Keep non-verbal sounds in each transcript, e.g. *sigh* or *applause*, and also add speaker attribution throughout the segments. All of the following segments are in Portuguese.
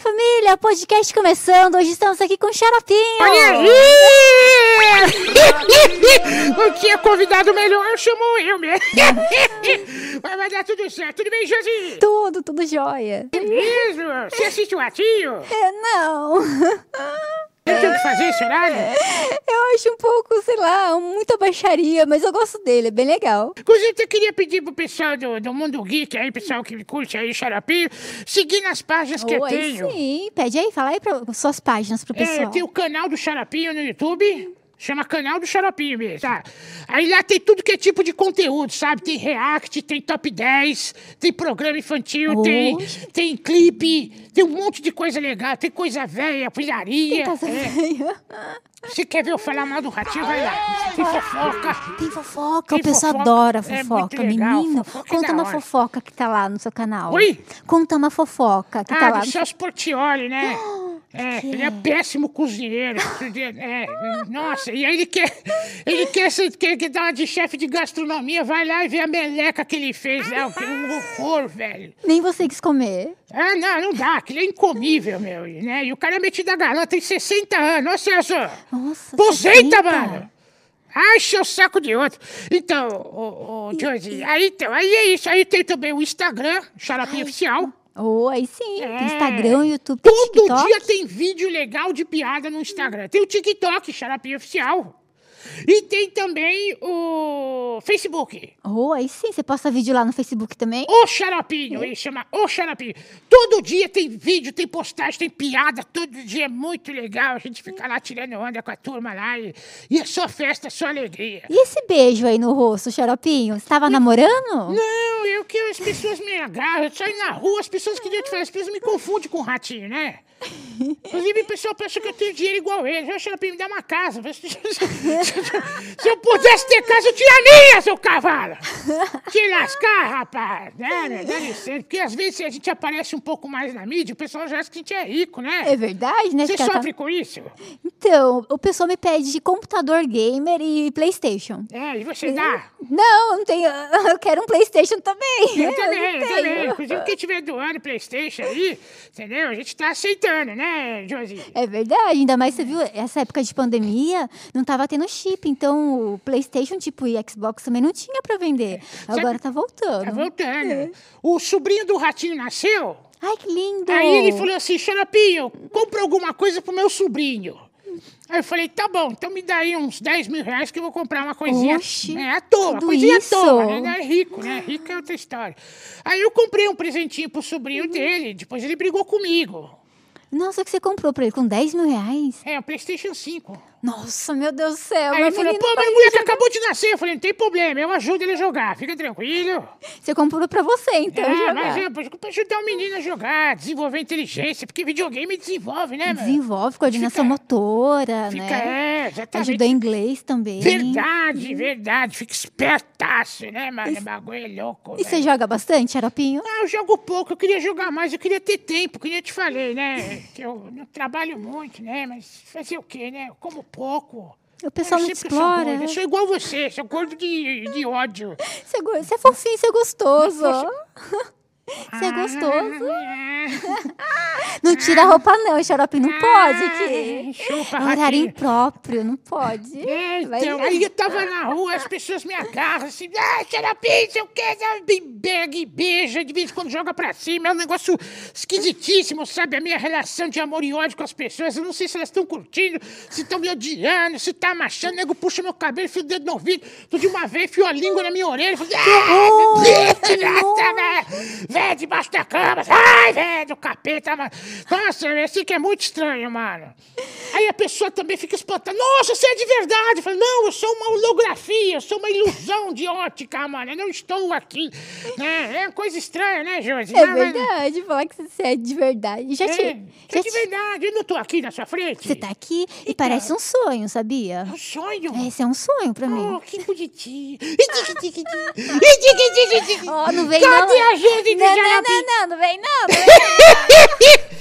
Speaker 1: família, podcast começando. Hoje estamos aqui com o Xaropinho.
Speaker 2: Olha aí! Não tinha convidado melhor, chamou eu
Speaker 1: *laughs*
Speaker 2: mesmo. Mas vai dar tudo certo. Tudo bem, Josi?
Speaker 1: Tudo, tudo jóia.
Speaker 2: É mesmo? Você assiste o Atinho?
Speaker 1: É, não. *laughs*
Speaker 2: Não tem o que fazer esse horário?
Speaker 1: Eu acho um pouco, sei lá, muita baixaria, mas eu gosto dele, é bem legal.
Speaker 2: Inclusive, eu queria pedir pro pessoal do, do Mundo Geek aí, pessoal que curte aí Xarapinho, seguir nas páginas que eu
Speaker 1: Oi,
Speaker 2: tenho.
Speaker 1: Oh, sim. Pede aí, fala aí pra suas páginas pro
Speaker 2: É,
Speaker 1: pessoal. *laughs*
Speaker 2: tem o canal do Xarapinho no YouTube. Chama canal do Xaropinho mesmo, tá? Aí lá tem tudo que é tipo de conteúdo, sabe? Tem react, tem top 10, tem programa infantil, tem,
Speaker 1: Oxe.
Speaker 2: tem clipe, tem um monte de coisa legal, tem coisa velha, pilharia.
Speaker 1: Casa
Speaker 2: é.
Speaker 1: Velha.
Speaker 2: Se quer ver eu falar mal do ratinho, vai lá. Tem fofoca.
Speaker 1: Tem fofoca,
Speaker 2: Tem
Speaker 1: o pessoal
Speaker 2: fofoca.
Speaker 1: adora
Speaker 2: É muito
Speaker 1: fofoca,
Speaker 2: legal,
Speaker 1: menino.
Speaker 2: fofoca é
Speaker 1: Conta
Speaker 2: da
Speaker 1: uma
Speaker 2: hora.
Speaker 1: fofoca que tá lá no seu canal.
Speaker 2: Oi?
Speaker 1: Conta uma fofoca que tá
Speaker 2: Ah,
Speaker 1: lá.
Speaker 2: do
Speaker 1: no-
Speaker 2: Celso
Speaker 1: *gasps*
Speaker 2: Portioli, né? É,
Speaker 1: que
Speaker 2: ele
Speaker 1: é?
Speaker 2: é péssimo cozinheiro. É, nossa, e aí ele quer, ele é quer, se- quer, quer dar uma tá de chefe de gastronomia, vai lá e vê a meleca que ele fez lá, o que um horror, velho.
Speaker 1: Nem você quis comer.
Speaker 2: Ah, não, não dá, aquilo é incomível, meu, né? E o cara é metido a galã, tem 60 anos, ô Celso!
Speaker 1: Nossa, 60?
Speaker 2: Aposenta, mano! Ai, o saco de outro. Então, ô, ô, Josi, aí, então, aí é isso. Aí tem também o Instagram, Xarapinha Oficial.
Speaker 1: Oh, aí sim. Tem
Speaker 2: É.
Speaker 1: Instagram, YouTube, tem
Speaker 2: Todo
Speaker 1: TikTok.
Speaker 2: dia tem vídeo legal de piada no Instagram. Tem o TikTok, Xarapinha Oficial. E tem também o Facebook.
Speaker 1: Oh, aí sim. Você posta vídeo lá no Facebook também?
Speaker 2: O Xarapinho, ele chama O Xarapinho. Todo dia tem vídeo, tem postagem, tem piada. Todo dia é muito legal. A gente fica lá tirando onda com a turma lá. E, e é só festa, só alegria.
Speaker 1: E esse beijo aí no rosto, xaropinho? Você
Speaker 2: Hum.
Speaker 1: tava namorando?
Speaker 2: Não, eu que as pessoas me agarram, eu saio na rua, as pessoas que eu te falar, as pessoas me confundem com o ratinho, né? Inclusive, o pessoal pensa que eu tenho dinheiro igual ele. Eu achei pra me dar uma casa. Se, *laughs* se- se- se eu pudesse ter casa, eu tinha minha, seu cavalo! Te lascar, rapaz! Né, né? Dá licença. Porque às vezes se a gente aparece um pouco mais na mídia, o pessoal já acha que a gente é rico,
Speaker 1: É
Speaker 2: né?
Speaker 1: verdade, né?
Speaker 2: Você
Speaker 1: Ficar com a-
Speaker 2: sofre com isso?
Speaker 1: Então, o pessoal me pede de computador gamer e Playstation.
Speaker 2: É, e você dá?
Speaker 1: Não, eu não tenho. *laughs* Eu quero um Playstation também.
Speaker 2: Eu também,
Speaker 1: não
Speaker 2: eu também.
Speaker 1: tenho.
Speaker 2: Inclusive, quem tiver doando Playstation aí, entendeu? A gente tá aceitando, né, Josi?
Speaker 1: É verdade, ainda mais você viu, essa época de pandemia não tava tendo chip, então o Playstation tipo e Xbox também não tinha pra vender. Agora tá voltando.
Speaker 2: Tá
Speaker 1: É.
Speaker 2: voltando. O sobrinho do Ratinho nasceu,
Speaker 1: Ai, que lindo!
Speaker 2: aí ele falou assim, Xaropinho, compra alguma coisa pro meu sobrinho. Aí eu falei, tá bom, então me dá aí uns 10 mil reais que eu vou comprar uma coisinha.
Speaker 1: Oxi,
Speaker 2: né, à toa,
Speaker 1: tudo
Speaker 2: coisinha
Speaker 1: isso?
Speaker 2: à toa, né? Não é rico, né? Rico é outra história. Aí eu comprei um presentinho pro
Speaker 1: Uhum.
Speaker 2: sobrinho dele, depois ele brigou comigo.
Speaker 1: Nossa, o que você comprou pra ele com 10 mil reais?
Speaker 2: É, o Playstation 5.
Speaker 1: Nossa, meu Deus do céu!
Speaker 2: Aí
Speaker 1: meu
Speaker 2: ele falou,
Speaker 1: menino
Speaker 2: pô, mas
Speaker 1: faz
Speaker 2: o moleque acabou de nascer. Eu falei, não tem problema, eu ajudo ele a jogar, fica tranquilo.
Speaker 1: Você comprou pra você, então.
Speaker 2: é,
Speaker 1: jogar.
Speaker 2: mas é, pra- pra ajudar o menino a jogar, desenvolver inteligência, porque videogame desenvolve, né, mano?
Speaker 1: Desenvolve coordenação
Speaker 2: Fica-
Speaker 1: motora,
Speaker 2: Fica,
Speaker 1: né?
Speaker 2: é, exatamente.
Speaker 1: Ajuda Uhum. em inglês também.
Speaker 2: Verdade, verdade, fica espertaço, né, mano? O bagulho é louco,
Speaker 1: E
Speaker 2: velho.
Speaker 1: você joga bastante, Xaropinho?
Speaker 2: Ah, eu jogo pouco, eu queria jogar mais, eu queria ter tempo, que nem eu te
Speaker 1: *laughs*
Speaker 2: falei, né? Que eu não trabalho muito, né? Mas fazer o quê, né? Eu como pouco.
Speaker 1: O pessoal
Speaker 2: É, eu
Speaker 1: não te
Speaker 2: sempre sou gorda,
Speaker 1: explora. né?
Speaker 2: Eu sou igual você, sou gordo de, de ódio.
Speaker 1: Você, é go- você é fofinho, você é gostoso. Você é
Speaker 2: Ah, *laughs*
Speaker 1: gostoso.
Speaker 2: ah,
Speaker 1: Não tira a roupa, não, Xaropinho. Não pode,
Speaker 2: ah, *laughs*
Speaker 1: que...
Speaker 2: Chupa,
Speaker 1: É um horário
Speaker 2: ratinho.
Speaker 1: impróprio, não pode.
Speaker 2: É,
Speaker 1: Vai- *laughs*
Speaker 2: então, aí eu tava na rua, as pessoas me agarram assim, ah, xerapim, sei o quê, sabe? pega e beija, de vez em quando joga pra cima, é um negócio esquisitíssimo, sabe? A minha relação de amor e ódio com as pessoas, eu não sei se elas estão curtindo, se estão me odiando, se tá machando, o nego puxa meu cabelo, fio o dedo no ouvido, tudo de uma vez, fio a língua na minha orelha, falo, ah,
Speaker 1: horror,
Speaker 2: que
Speaker 1: que horror."
Speaker 2: velho, velho, debaixo da cama, ai, velho, do capeta, mano. Nossa, esse que é muito estranho, mano. Aí a pessoa também fica espantada. Nossa, você é de verdade. Eu falo, não, eu sou uma holografia, eu sou uma ilusão de ótica, mano. Eu não estou aqui. Né? É uma coisa estranha, né, Josi?
Speaker 1: É
Speaker 2: Mas- mas-
Speaker 1: verdade, falar que você é de verdade. Já te...
Speaker 2: É,
Speaker 1: já
Speaker 2: é de
Speaker 1: te-
Speaker 2: verdade, eu não estou aqui na sua frente.
Speaker 1: Você tá aqui
Speaker 2: Então.
Speaker 1: e parece um sonho, sabia?
Speaker 2: É um sonho.
Speaker 1: Esse é um sonho pra mim.
Speaker 2: Oh, que
Speaker 1: *laughs*
Speaker 2: bonitinho. E tiqui, tiqui, tiqui. E tiqui, tiqui, tiqui.
Speaker 1: Ó, não vem não.
Speaker 2: Cadê a Josi é do
Speaker 1: Não, não,
Speaker 2: *laughs* Jarapi?
Speaker 1: não, não, não vem não.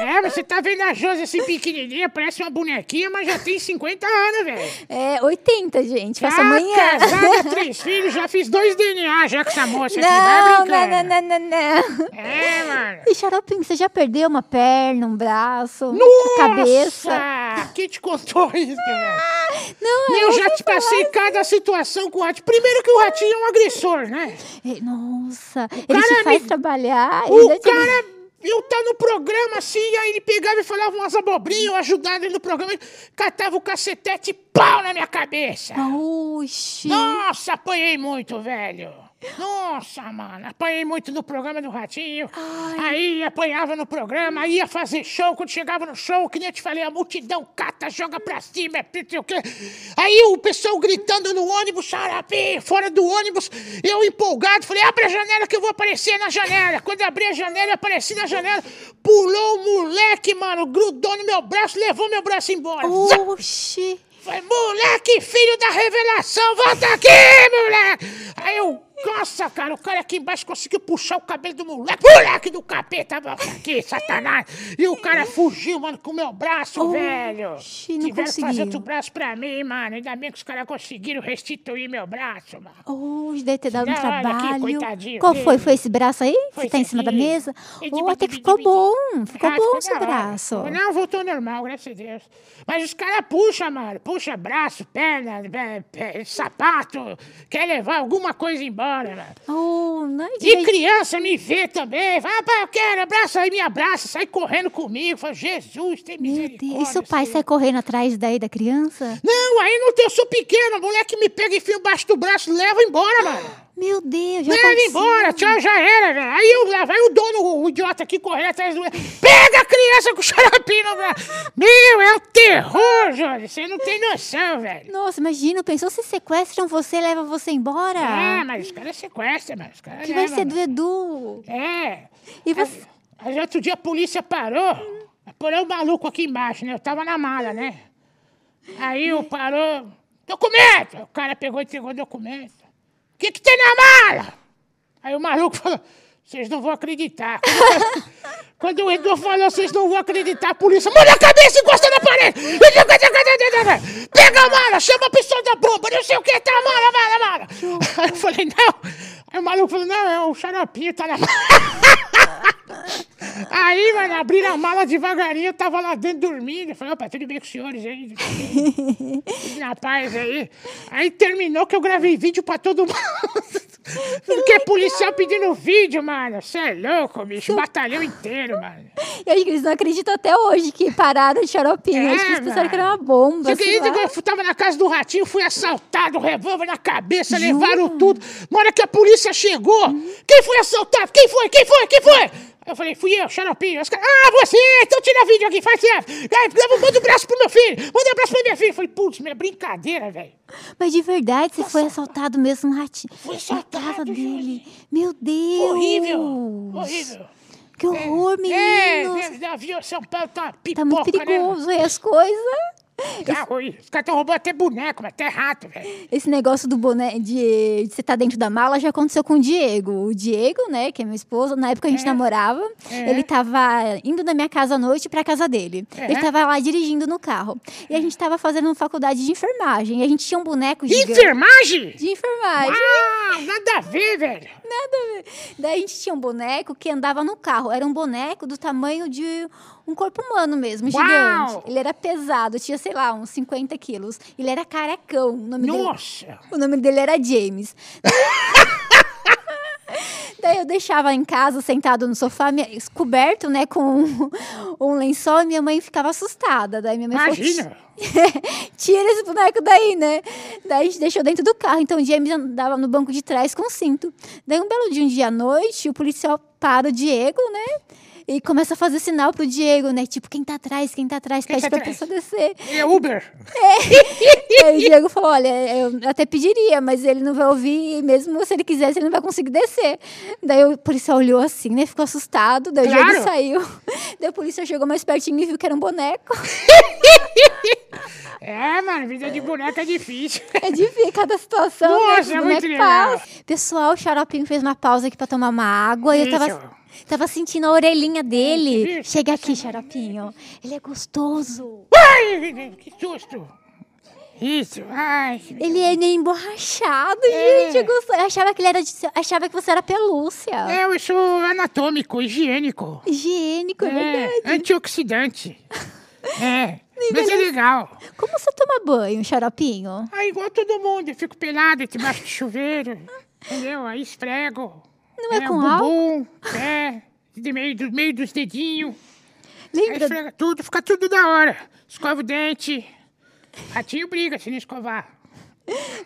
Speaker 2: É, mas você tá vendo a Josi assim pequenininha, parece uma bonequinha, mas já tem 50 anos, velho.
Speaker 1: É, 80, gente. Faço
Speaker 2: Ah,
Speaker 1: amanhã.
Speaker 2: casada, três filhos, já fiz dois DNA já com essa moça aqui, vai
Speaker 1: Não, não,
Speaker 2: brincando.
Speaker 1: não, não, não, não.
Speaker 2: É, mano.
Speaker 1: E xaropinho, você já perdeu uma perna, um braço,
Speaker 2: Nossa!
Speaker 1: a cabeça?
Speaker 2: Quem te contou isso, velho?
Speaker 1: Ah, Não,
Speaker 2: Eu já
Speaker 1: ouvi
Speaker 2: te passei cada situação com o ratinho. Primeiro que o ratinho é um agressor, né?
Speaker 1: É, Nossa, ele
Speaker 2: cara
Speaker 1: te
Speaker 2: me-
Speaker 1: faz trabalhar.
Speaker 2: O
Speaker 1: ainda te-
Speaker 2: cara, eu tá no programa assim, aí ele pegava e falava umas abobrinhas, eu ajudava ele no programa, ele catava o cacetete e pau na minha cabeça.
Speaker 1: Oxi.
Speaker 2: Nossa, apanhei muito, velho. Nossa, mano, apanhei muito no programa do Ratinho. Aí apanhava no programa, ia fazer show. Quando chegava no show, que nem eu te falei, a multidão cata, joga pra cima, é não sei o quê. Aí o pessoal gritando no ônibus, xarapim, fora do ônibus. Eu empolgado, falei, abre a janela que eu vou aparecer na janela. Quando eu abri a janela, eu apareci na janela. Pulou o moleque, mano, grudou no meu braço, levou meu braço embora. Zap!
Speaker 1: Oxi.
Speaker 2: Falei, moleque, filho da revelação, volta aqui, moleque! Aí eu, nossa, cara, o cara aqui embaixo conseguiu puxar o cabelo do moleque. Moleque do capeta, volta aqui, satanás! E o cara fugiu, mano, com o meu braço, velho.
Speaker 1: Oxi, não
Speaker 2: Tiveram que fazer
Speaker 1: conseguiu.
Speaker 2: outro braço pra mim, mano. Ainda bem que os caras conseguiram restituir meu braço, mano.
Speaker 1: Oxi, deve ter dado um
Speaker 2: Olha aqui,
Speaker 1: trabalho.
Speaker 2: coitadinho
Speaker 1: Qual
Speaker 2: dele.
Speaker 1: foi? Foi esse braço aí?
Speaker 2: Foi
Speaker 1: Você tá em
Speaker 2: esse
Speaker 1: cima da
Speaker 2: aqui.
Speaker 1: mesa?
Speaker 2: Ele
Speaker 1: Oh,
Speaker 2: dividi-
Speaker 1: até que ficou
Speaker 2: dividi-
Speaker 1: bom. Ficou
Speaker 2: Ah,
Speaker 1: bom
Speaker 2: da
Speaker 1: esse
Speaker 2: hora.
Speaker 1: braço.
Speaker 2: Não, voltou normal, graças a Deus. Mas os caras puxam, mano. Puxa braço, perna, pé- pé, sapato. Quer levar alguma coisa embora, mano.
Speaker 1: Oh, não é
Speaker 2: E
Speaker 1: de
Speaker 2: criança me vê também. Fala, pai, eu quero abraço. Aí me abraça, sai correndo comigo. Fala, Jesus, tem
Speaker 1: Meu
Speaker 2: misericórdia.
Speaker 1: Deus. E seu pai
Speaker 2: Senhor.
Speaker 1: sai correndo atrás daí da criança?
Speaker 2: Não, aí não tem, eu sou pequeno. O moleque me pega, enfia embaixo do braço, leva embora, mano.
Speaker 1: Meu Deus, já
Speaker 2: Leva
Speaker 1: tá
Speaker 2: embora, tchau, já era, velho. Aí eu lá, vai o dono, o idiota aqui correndo atrás do. Pega a criança com o xaropinho no braço. Meu, é um terror, Jorge. Você não tem noção, velho.
Speaker 1: Nossa, imagina, pensou se sequestram você e levam você embora?
Speaker 2: Ah, mas os caras sequestram, mano. Os caras
Speaker 1: que vai
Speaker 2: levam,
Speaker 1: ser
Speaker 2: mano.
Speaker 1: do Edu?
Speaker 2: É.
Speaker 1: E você...
Speaker 2: Aí outro dia a polícia parou. Parou o maluco aqui embaixo, né? Eu tava na mala, né? Aí o parou. Documento! O cara pegou e entregou o documento. O que, que tem na mala? Aí o maluco falou, vocês não vão acreditar. Quando o Edu *laughs* falou, vocês não vão acreditar, a polícia. Manda a cabeça e encosta na parede! Pega a mala, chama a pessoa da bomba, não sei o que, tá a mala, mala, mala! Aí eu falei, não! Aí o maluco falou, não, é o xaropinho, tá na mala. Aí, mano, abriram a mala devagarinho, eu tava lá dentro dormindo. Eu falei, opa, tudo bem com os senhores aí? Tudo na paz aí. Aí terminou que eu gravei vídeo pra todo mundo. Porque é policial pedindo vídeo, mano. Você é louco, bicho. Batalhão inteiro, mano.
Speaker 1: Eu acho que eles não acreditam até hoje que pararam de xaropinho. Eu acho que eles
Speaker 2: É,
Speaker 1: pensaram que era uma
Speaker 2: mano.
Speaker 1: bomba. assim, ah,
Speaker 2: Você
Speaker 1: sei
Speaker 2: acredita
Speaker 1: lá.
Speaker 2: que eu tava na casa do ratinho, fui assaltado, revólver na cabeça, levaram
Speaker 1: Jura?
Speaker 2: tudo. Na hora que a polícia chegou, quem foi assaltado? Quem foi? Quem foi? Quem foi? Eu falei, fui eu, xaropinho. Os caras, ah, você! Então tira vídeo aqui, faz certo. Aí, Leva, manda um abraço pro meu filho, manda um abraço pra minha filha. Eu falei, putz, minha brincadeira, velho.
Speaker 1: Mas de verdade, você foi assaltado mesmo, um ratinho.
Speaker 2: Fui
Speaker 1: Na casa
Speaker 2: assaltado,
Speaker 1: dele. Meu Deus.
Speaker 2: Horrível, horrível.
Speaker 1: Que horror,
Speaker 2: É,
Speaker 1: meninos.
Speaker 2: é, viu, São Paulo tá uma pipoca,
Speaker 1: tá muito
Speaker 2: né? mano?
Speaker 1: perigoso aí as coisas.
Speaker 2: Tá ruim. Os caras tão roubando até boneco, mas até rato, velho.
Speaker 1: Esse negócio do boné, de, de você tá dentro da mala, já aconteceu com o Diego. O Diego, né, que é meu esposo, na época a gente namorava, ele tava indo da minha casa à noite pra casa dele.
Speaker 2: É.
Speaker 1: Ele tava lá dirigindo no carro. E a gente tava fazendo faculdade de enfermagem. E a gente tinha um boneco gigante.
Speaker 2: Enfermagem?
Speaker 1: De enfermagem.
Speaker 2: Ah, nada a ver, velho.
Speaker 1: Daí a gente tinha um boneco que andava no carro. Era um boneco do tamanho de um corpo humano mesmo,
Speaker 2: Uau!
Speaker 1: gigante. Ele era pesado, tinha, sei lá, uns 50 quilos. Ele era carecão. O nome dele
Speaker 2: Nossa.
Speaker 1: O nome dele era James. *laughs* Daí eu deixava em casa, sentado no sofá, minha, coberto, né, com um, um lençol, e minha mãe ficava assustada. Daí minha mãe falou,
Speaker 2: Imagina.
Speaker 1: "Ti- tira esse boneco daí, né? Daí a gente deixou dentro do carro. Então o James andava no banco de trás com cinto. Daí um belo dia, um dia à noite, o policial para o Diego, né? E começa a fazer sinal pro Diego, né? Tipo, quem tá atrás, quem tá atrás,
Speaker 2: Quem
Speaker 1: pede
Speaker 2: tá
Speaker 1: pra
Speaker 2: atrás?
Speaker 1: pessoa descer.
Speaker 2: Ele é Uber.
Speaker 1: Aí o Diego falou: olha, eu até pediria, mas ele não vai ouvir, e mesmo se ele quisesse, ele não vai conseguir descer. Daí o policial olhou assim, né? Ficou assustado, daí o
Speaker 2: Claro.
Speaker 1: Diego saiu. *laughs* Daí o policial chegou mais pertinho e viu que era um boneco. *laughs*
Speaker 2: É, mano, vida de boneca é difícil.
Speaker 1: É difícil cada situação,
Speaker 2: Nossa,
Speaker 1: né? que
Speaker 2: é
Speaker 1: o
Speaker 2: muito
Speaker 1: boneco
Speaker 2: legal.
Speaker 1: passa. Pessoal, o Xaropinho fez uma pausa aqui pra tomar uma água e eu tava.
Speaker 2: Isso.
Speaker 1: Tava sentindo a orelhinha dele.
Speaker 2: Viu?
Speaker 1: Chega aqui, xaropinho. Ele é
Speaker 2: *laughs*
Speaker 1: gostoso.
Speaker 2: Ai, que susto. Isso, ai. que-
Speaker 1: Ele é meio emborrachado,
Speaker 2: É.
Speaker 1: gente. Eu, gosto- eu achava que ele era de- achava que você era pelúcia.
Speaker 2: É, isso é anatômico, higiênico.
Speaker 1: Higiênico, é, verdade.
Speaker 2: É,
Speaker 1: *laughs*
Speaker 2: antioxidante. É, mas é legal.
Speaker 1: Como você toma banho, xaropinho?
Speaker 2: Ah, igual todo mundo, eu fico pelado debaixo do chuveiro, entendeu? Aí esfrego.
Speaker 1: Não é
Speaker 2: né,
Speaker 1: com
Speaker 2: bumbum, pé, do meio, do meio dos dedinhos. Aí
Speaker 1: Lembra?
Speaker 2: esfrega tudo, fica tudo da hora. Escova o dente. Ratinho briga se não escovar.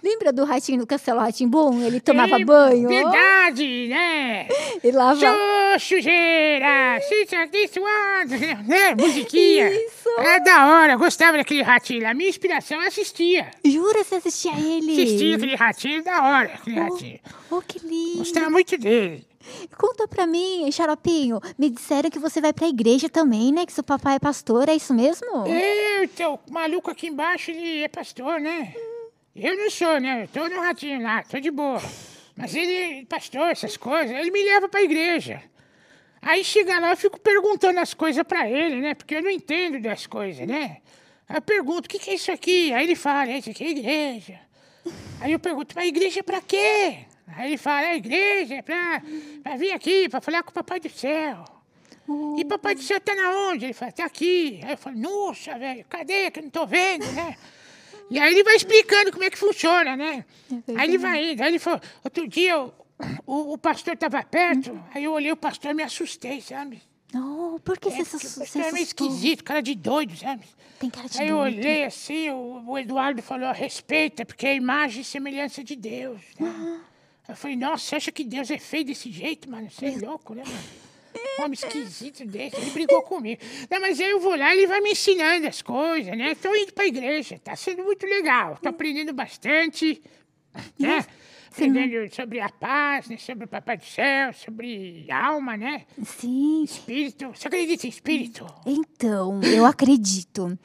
Speaker 1: Lembra do ratinho do Castelo Ratimbum? Ele tomava
Speaker 2: Ei,
Speaker 1: banho
Speaker 2: Verdade, né?
Speaker 1: e lavava.
Speaker 2: Sou sujeira, sinta dessuado, né? Musiquinha.
Speaker 1: Isso.
Speaker 2: É da hora, eu gostava daquele ratinho. lá. A minha inspiração eu assistia.
Speaker 1: Jura você assistia ele?
Speaker 2: Assistia aquele ratinho, é da hora, aquele ratinho.
Speaker 1: Oh, que lindo.
Speaker 2: Gostava muito dele.
Speaker 1: Conta pra mim, xaropinho. Me disseram que você vai pra igreja também, né? Que seu papai é pastor, é isso mesmo?
Speaker 2: Eu, então, o maluco aqui embaixo, ele é pastor, né? Eu não sou, né? Eu tô no ratinho lá, tô de boa. Mas ele é pastor, essas coisas, ele me leva pra igreja. Aí chega lá, eu fico perguntando as coisas pra ele, né? Porque eu não entendo das coisas, né? Aí eu pergunto, o que, que é isso aqui? Aí ele fala, isso aqui é igreja. Aí eu pergunto, mas igreja é pra quê? Aí ele fala, a igreja é pra, pra vir aqui, pra falar com o papai do céu. E papai do céu tá na onde? Ele fala, tá aqui. Aí eu falo, nossa, velho, cadê? Que eu não tô vendo, né? E aí ele vai explicando como é que funciona, né? Aí ele vai indo. Aí ele falou, outro dia o, o, o pastor tava perto, aí eu olhei o pastor e me assustei, sabe?
Speaker 1: Não, Oh, por que você,
Speaker 2: Porque o
Speaker 1: se
Speaker 2: pastor é
Speaker 1: assustou?
Speaker 2: meio esquisito, cara de doido, sabe?
Speaker 1: Tem cara de
Speaker 2: Aí eu
Speaker 1: doido.
Speaker 2: olhei assim, o, o Eduardo falou, respeita, porque é a imagem e semelhança de Deus. Né? Eu falei, nossa, você acha que Deus é feio desse jeito, mano? Você é louco, né, mano? Um homem esquisito desse, ele brigou comigo. Não, mas aí eu vou lá e ele vai me ensinando as coisas, né? Tô indo pra igreja, tá sendo muito legal. Tô aprendendo bastante, né? Aprendendo sobre a paz, né? sobre o Papai do Céu, sobre alma, né?
Speaker 1: Sim.
Speaker 2: Espírito. Você acredita em espírito?
Speaker 1: Então, eu acredito.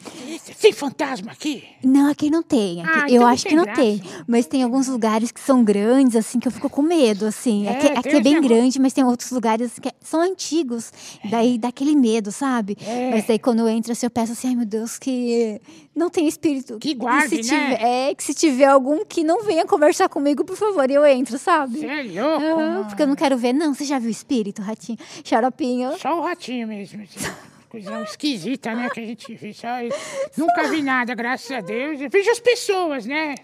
Speaker 2: Tem fantasma aqui?
Speaker 1: Não, aqui não tem. Aqui-
Speaker 2: Ah, então
Speaker 1: eu
Speaker 2: não
Speaker 1: acho
Speaker 2: tem
Speaker 1: que não
Speaker 2: graça.
Speaker 1: tem. Mas tem alguns lugares que são grandes, assim, que eu fico com medo, assim.
Speaker 2: É,
Speaker 1: aqui
Speaker 2: tem
Speaker 1: aqui é
Speaker 2: esse
Speaker 1: bem
Speaker 2: negócio.
Speaker 1: grande, mas tem outros lugares que é, são antigos. Daí dá aquele medo, sabe?
Speaker 2: É.
Speaker 1: Mas daí quando eu entro, assim, eu peço assim, ai meu Deus, que não tem espírito.
Speaker 2: Que
Speaker 1: E
Speaker 2: guarde,
Speaker 1: se
Speaker 2: né?
Speaker 1: tiver- É, que se tiver algum que não venha conversar comigo, por favor, eu entro, sabe?
Speaker 2: Você é louco?
Speaker 1: Ah,
Speaker 2: mano.
Speaker 1: porque eu não quero ver, não. Você já viu espírito, ratinho? Xaropinho?
Speaker 2: Só o ratinho mesmo. assim. Coisa esquisita, né? Que a gente vê. Só isso. Nunca vi nada, graças a Deus. Eu vejo as pessoas, né?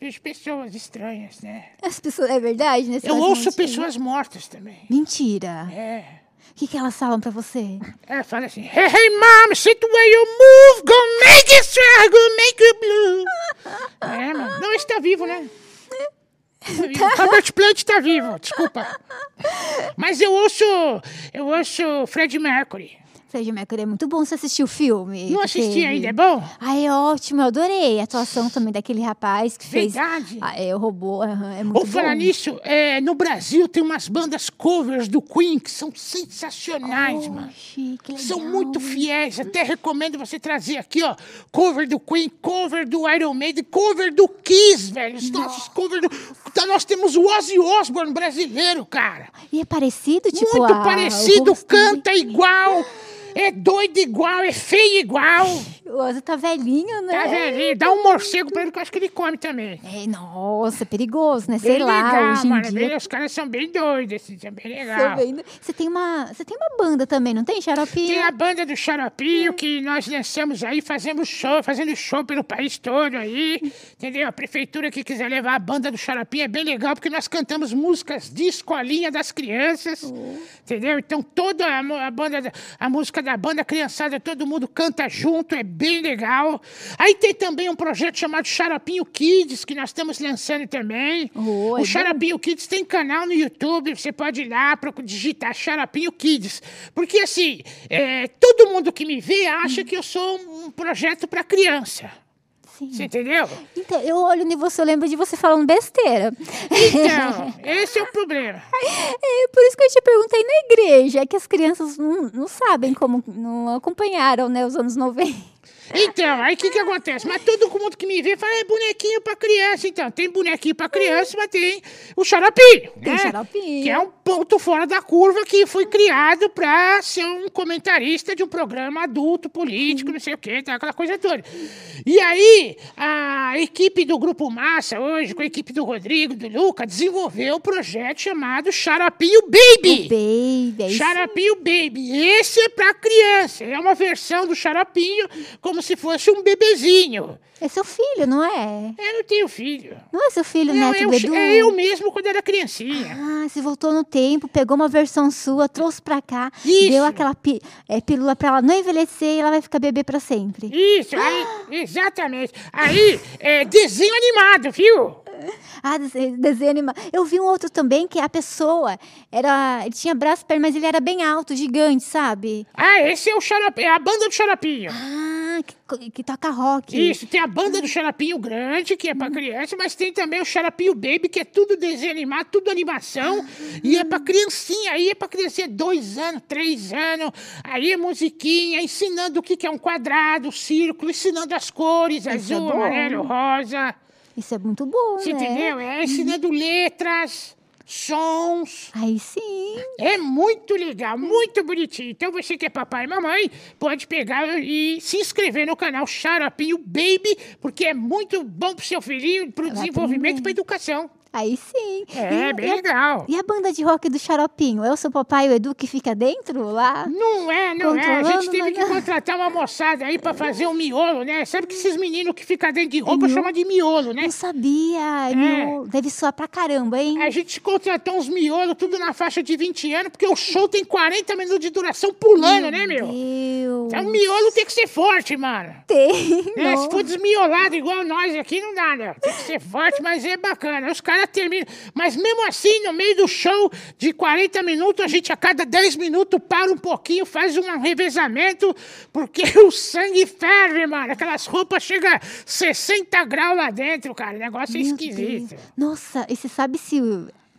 Speaker 2: Vejo pessoas estranhas, né?
Speaker 1: As pessoas, é verdade, né? Você
Speaker 2: Eu
Speaker 1: faz um
Speaker 2: ouço
Speaker 1: monte de-
Speaker 2: pessoas mortas também.
Speaker 1: Mentira.
Speaker 2: É.
Speaker 1: O que, que elas falam pra você?
Speaker 2: Ela fala assim: Hey, hey, mom, see the way you move, gonna make you strong, gonna make you blue. É, mano. Não, esse tá vivo, né? Tá
Speaker 1: *laughs*
Speaker 2: vivo. Robert Plant tá vivo, desculpa. Mas eu ouço. Eu ouço Fred Mercury.
Speaker 1: Fred Mercury é muito bom você assistir o filme.
Speaker 2: Não
Speaker 1: que
Speaker 2: assisti
Speaker 1: teve.
Speaker 2: ainda, é bom?
Speaker 1: Ah, é ótimo, eu adorei a atuação também daquele rapaz que fez.
Speaker 2: Verdade.
Speaker 1: Ah, é, o robô, aham, é muito
Speaker 2: Ou falar
Speaker 1: bom.
Speaker 2: nisso, é, no Brasil tem umas bandas covers do Queen que são sensacionais, mano.
Speaker 1: Oxi, Oh, que legal.
Speaker 2: São muito fiéis. Até recomendo você trazer aqui, ó. Cover do Queen, cover do Iron Maiden, cover do Kiss, velho. Os nossos cover do. Tá, nós temos o Ozzy Osbourne brasileiro, cara.
Speaker 1: E é parecido, tipo.
Speaker 2: muito
Speaker 1: a- o
Speaker 2: parecido,
Speaker 1: rosto dele.
Speaker 2: canta igual, é doido igual, é feio igual.
Speaker 1: O Ozzy tá velhinho, né?
Speaker 2: Tá velhinho. Dá um morcego pra ele que eu acho que ele come também.
Speaker 1: É, nossa, é perigoso, né? Sei
Speaker 2: Bem
Speaker 1: lá,
Speaker 2: legal,
Speaker 1: hoje em
Speaker 2: mano. é
Speaker 1: dia.
Speaker 2: Bem- os caras são bem doidos, assim, são bem
Speaker 1: tô
Speaker 2: legal.
Speaker 1: vendo. Você tem uma. Você tem uma banda também, não tem, Xaropinho?
Speaker 2: Tem a banda do Xaropinho que nós lançamos aí, fazemos show, fazendo show pelo país todo aí, entendeu? A prefeitura que quiser levar a banda do Xaropinho é bem legal, porque nós cantamos músicas de escolinha das crianças, entendeu? Então toda a, mu- a banda, da- a música da banda criançada, todo mundo canta junto, é bem legal. Aí tem também um projeto chamado Xaropinho Kids, que nós estamos lançando também.
Speaker 1: Oh, é
Speaker 2: o Xaropinho Kids tem canal no YouTube, você pode ir lá, procu- digitar Xaropinho Kids. Porque, assim, é, todo mundo que me vê acha que eu sou um projeto para criança.
Speaker 1: Sim.
Speaker 2: Você entendeu?
Speaker 1: Então, eu olho em você, eu lembro de você falando besteira.
Speaker 2: Então, esse é o problema.
Speaker 1: É, por isso que eu te perguntei na igreja, é que as crianças não, não sabem como, não acompanharam, né, os anos 90.
Speaker 2: Então, aí o que que acontece? Mas todo mundo que me vê fala, é bonequinho pra criança. Então, tem bonequinho pra criança, mas tem o xaropinho.
Speaker 1: Tem
Speaker 2: né?
Speaker 1: xaropinho.
Speaker 2: Que é um ponto fora da curva que foi criado pra ser um comentarista de um programa adulto, político, não sei o quê, tá? aquela coisa toda. E aí, a equipe do Grupo Massa, hoje, com a equipe do Rodrigo, do Luca, desenvolveu um projeto chamado Xaropinho Baby.
Speaker 1: Baby, é isso.
Speaker 2: Xarapinho Baby. Esse é pra criança. É uma versão do xarapinho, como se fosse um bebezinho.
Speaker 1: É seu filho, não é?
Speaker 2: Eu não tenho filho.
Speaker 1: Não é seu filho,
Speaker 2: Não,
Speaker 1: neto
Speaker 2: eu,
Speaker 1: Bedu?
Speaker 2: é eu mesmo quando era criancinha.
Speaker 1: Ah, você voltou no tempo, pegou uma versão sua, trouxe pra cá,
Speaker 2: Isso.
Speaker 1: deu aquela pi- é, pílula pra ela não envelhecer e ela vai ficar bebê pra sempre.
Speaker 2: Isso,
Speaker 1: Ah!
Speaker 2: aí, exatamente. Aí, é desenho animado, viu?
Speaker 1: Ah, dese- desenho animado. Eu vi um outro também que a pessoa era, ele tinha braço, perna, mas ele era bem alto, gigante, sabe?
Speaker 2: Ah, esse é o xarapinho, é a banda do xarapinho.
Speaker 1: Ah, que, co- que toca rock.
Speaker 2: Isso, tem a banda do xarapinho grande, que é pra criança, mas tem também o xarapinho baby, que é tudo desenho animado, tudo animação, e é pra criancinha, aí é pra criancinha dois anos, três anos, aí é musiquinha, ensinando o que que é um quadrado, círculo, ensinando as cores,
Speaker 1: Isso é
Speaker 2: azul,
Speaker 1: bom.
Speaker 2: amarelo, rosa,
Speaker 1: Isso é muito bom,
Speaker 2: você
Speaker 1: né?
Speaker 2: entendeu? É ensinando letras, sons,
Speaker 1: Aí sim.
Speaker 2: é muito legal, muito bonitinho. Então você que é papai e mamãe, pode pegar e se inscrever no canal Xarapinho Baby, porque é muito bom pro seu filhinho, pro desenvolvimento e pra educação.
Speaker 1: Aí sim.
Speaker 2: É,
Speaker 1: E-
Speaker 2: bem
Speaker 1: e a-
Speaker 2: legal.
Speaker 1: E a banda de rock do Xaropinho? É o seu papai e o Edu que fica dentro lá?
Speaker 2: Não é, não é. A gente
Speaker 1: Controlando,
Speaker 2: teve
Speaker 1: mas
Speaker 2: que
Speaker 1: não.
Speaker 2: contratar uma moçada aí pra fazer um miolo, né? Sabe que esses meninos que ficam dentro de roupa chamam de miolo, né?
Speaker 1: Não sabia.
Speaker 2: É.
Speaker 1: meu. Deve soar pra caramba, hein?
Speaker 2: A gente contratou uns miolos, tudo na faixa de 20 anos, porque o show tem 40 minutos de duração pulando, né, meu?
Speaker 1: Deus.
Speaker 2: Então, miolo tem que ser forte, mano.
Speaker 1: Tem.
Speaker 2: É, se
Speaker 1: não.
Speaker 2: for desmiolado igual nós aqui, não dá, né? Tem que ser forte, mas é bacana. Os caras terminam. Mas mesmo assim, no meio do show de 40 minutos, a gente a cada 10 minutos para um pouquinho, faz um revezamento, porque *laughs* o sangue ferve, mano. Aquelas roupas chegam a 60 graus lá dentro, cara. O negócio é
Speaker 1: Meu
Speaker 2: esquisito.
Speaker 1: Deus. Nossa, e você sabe se.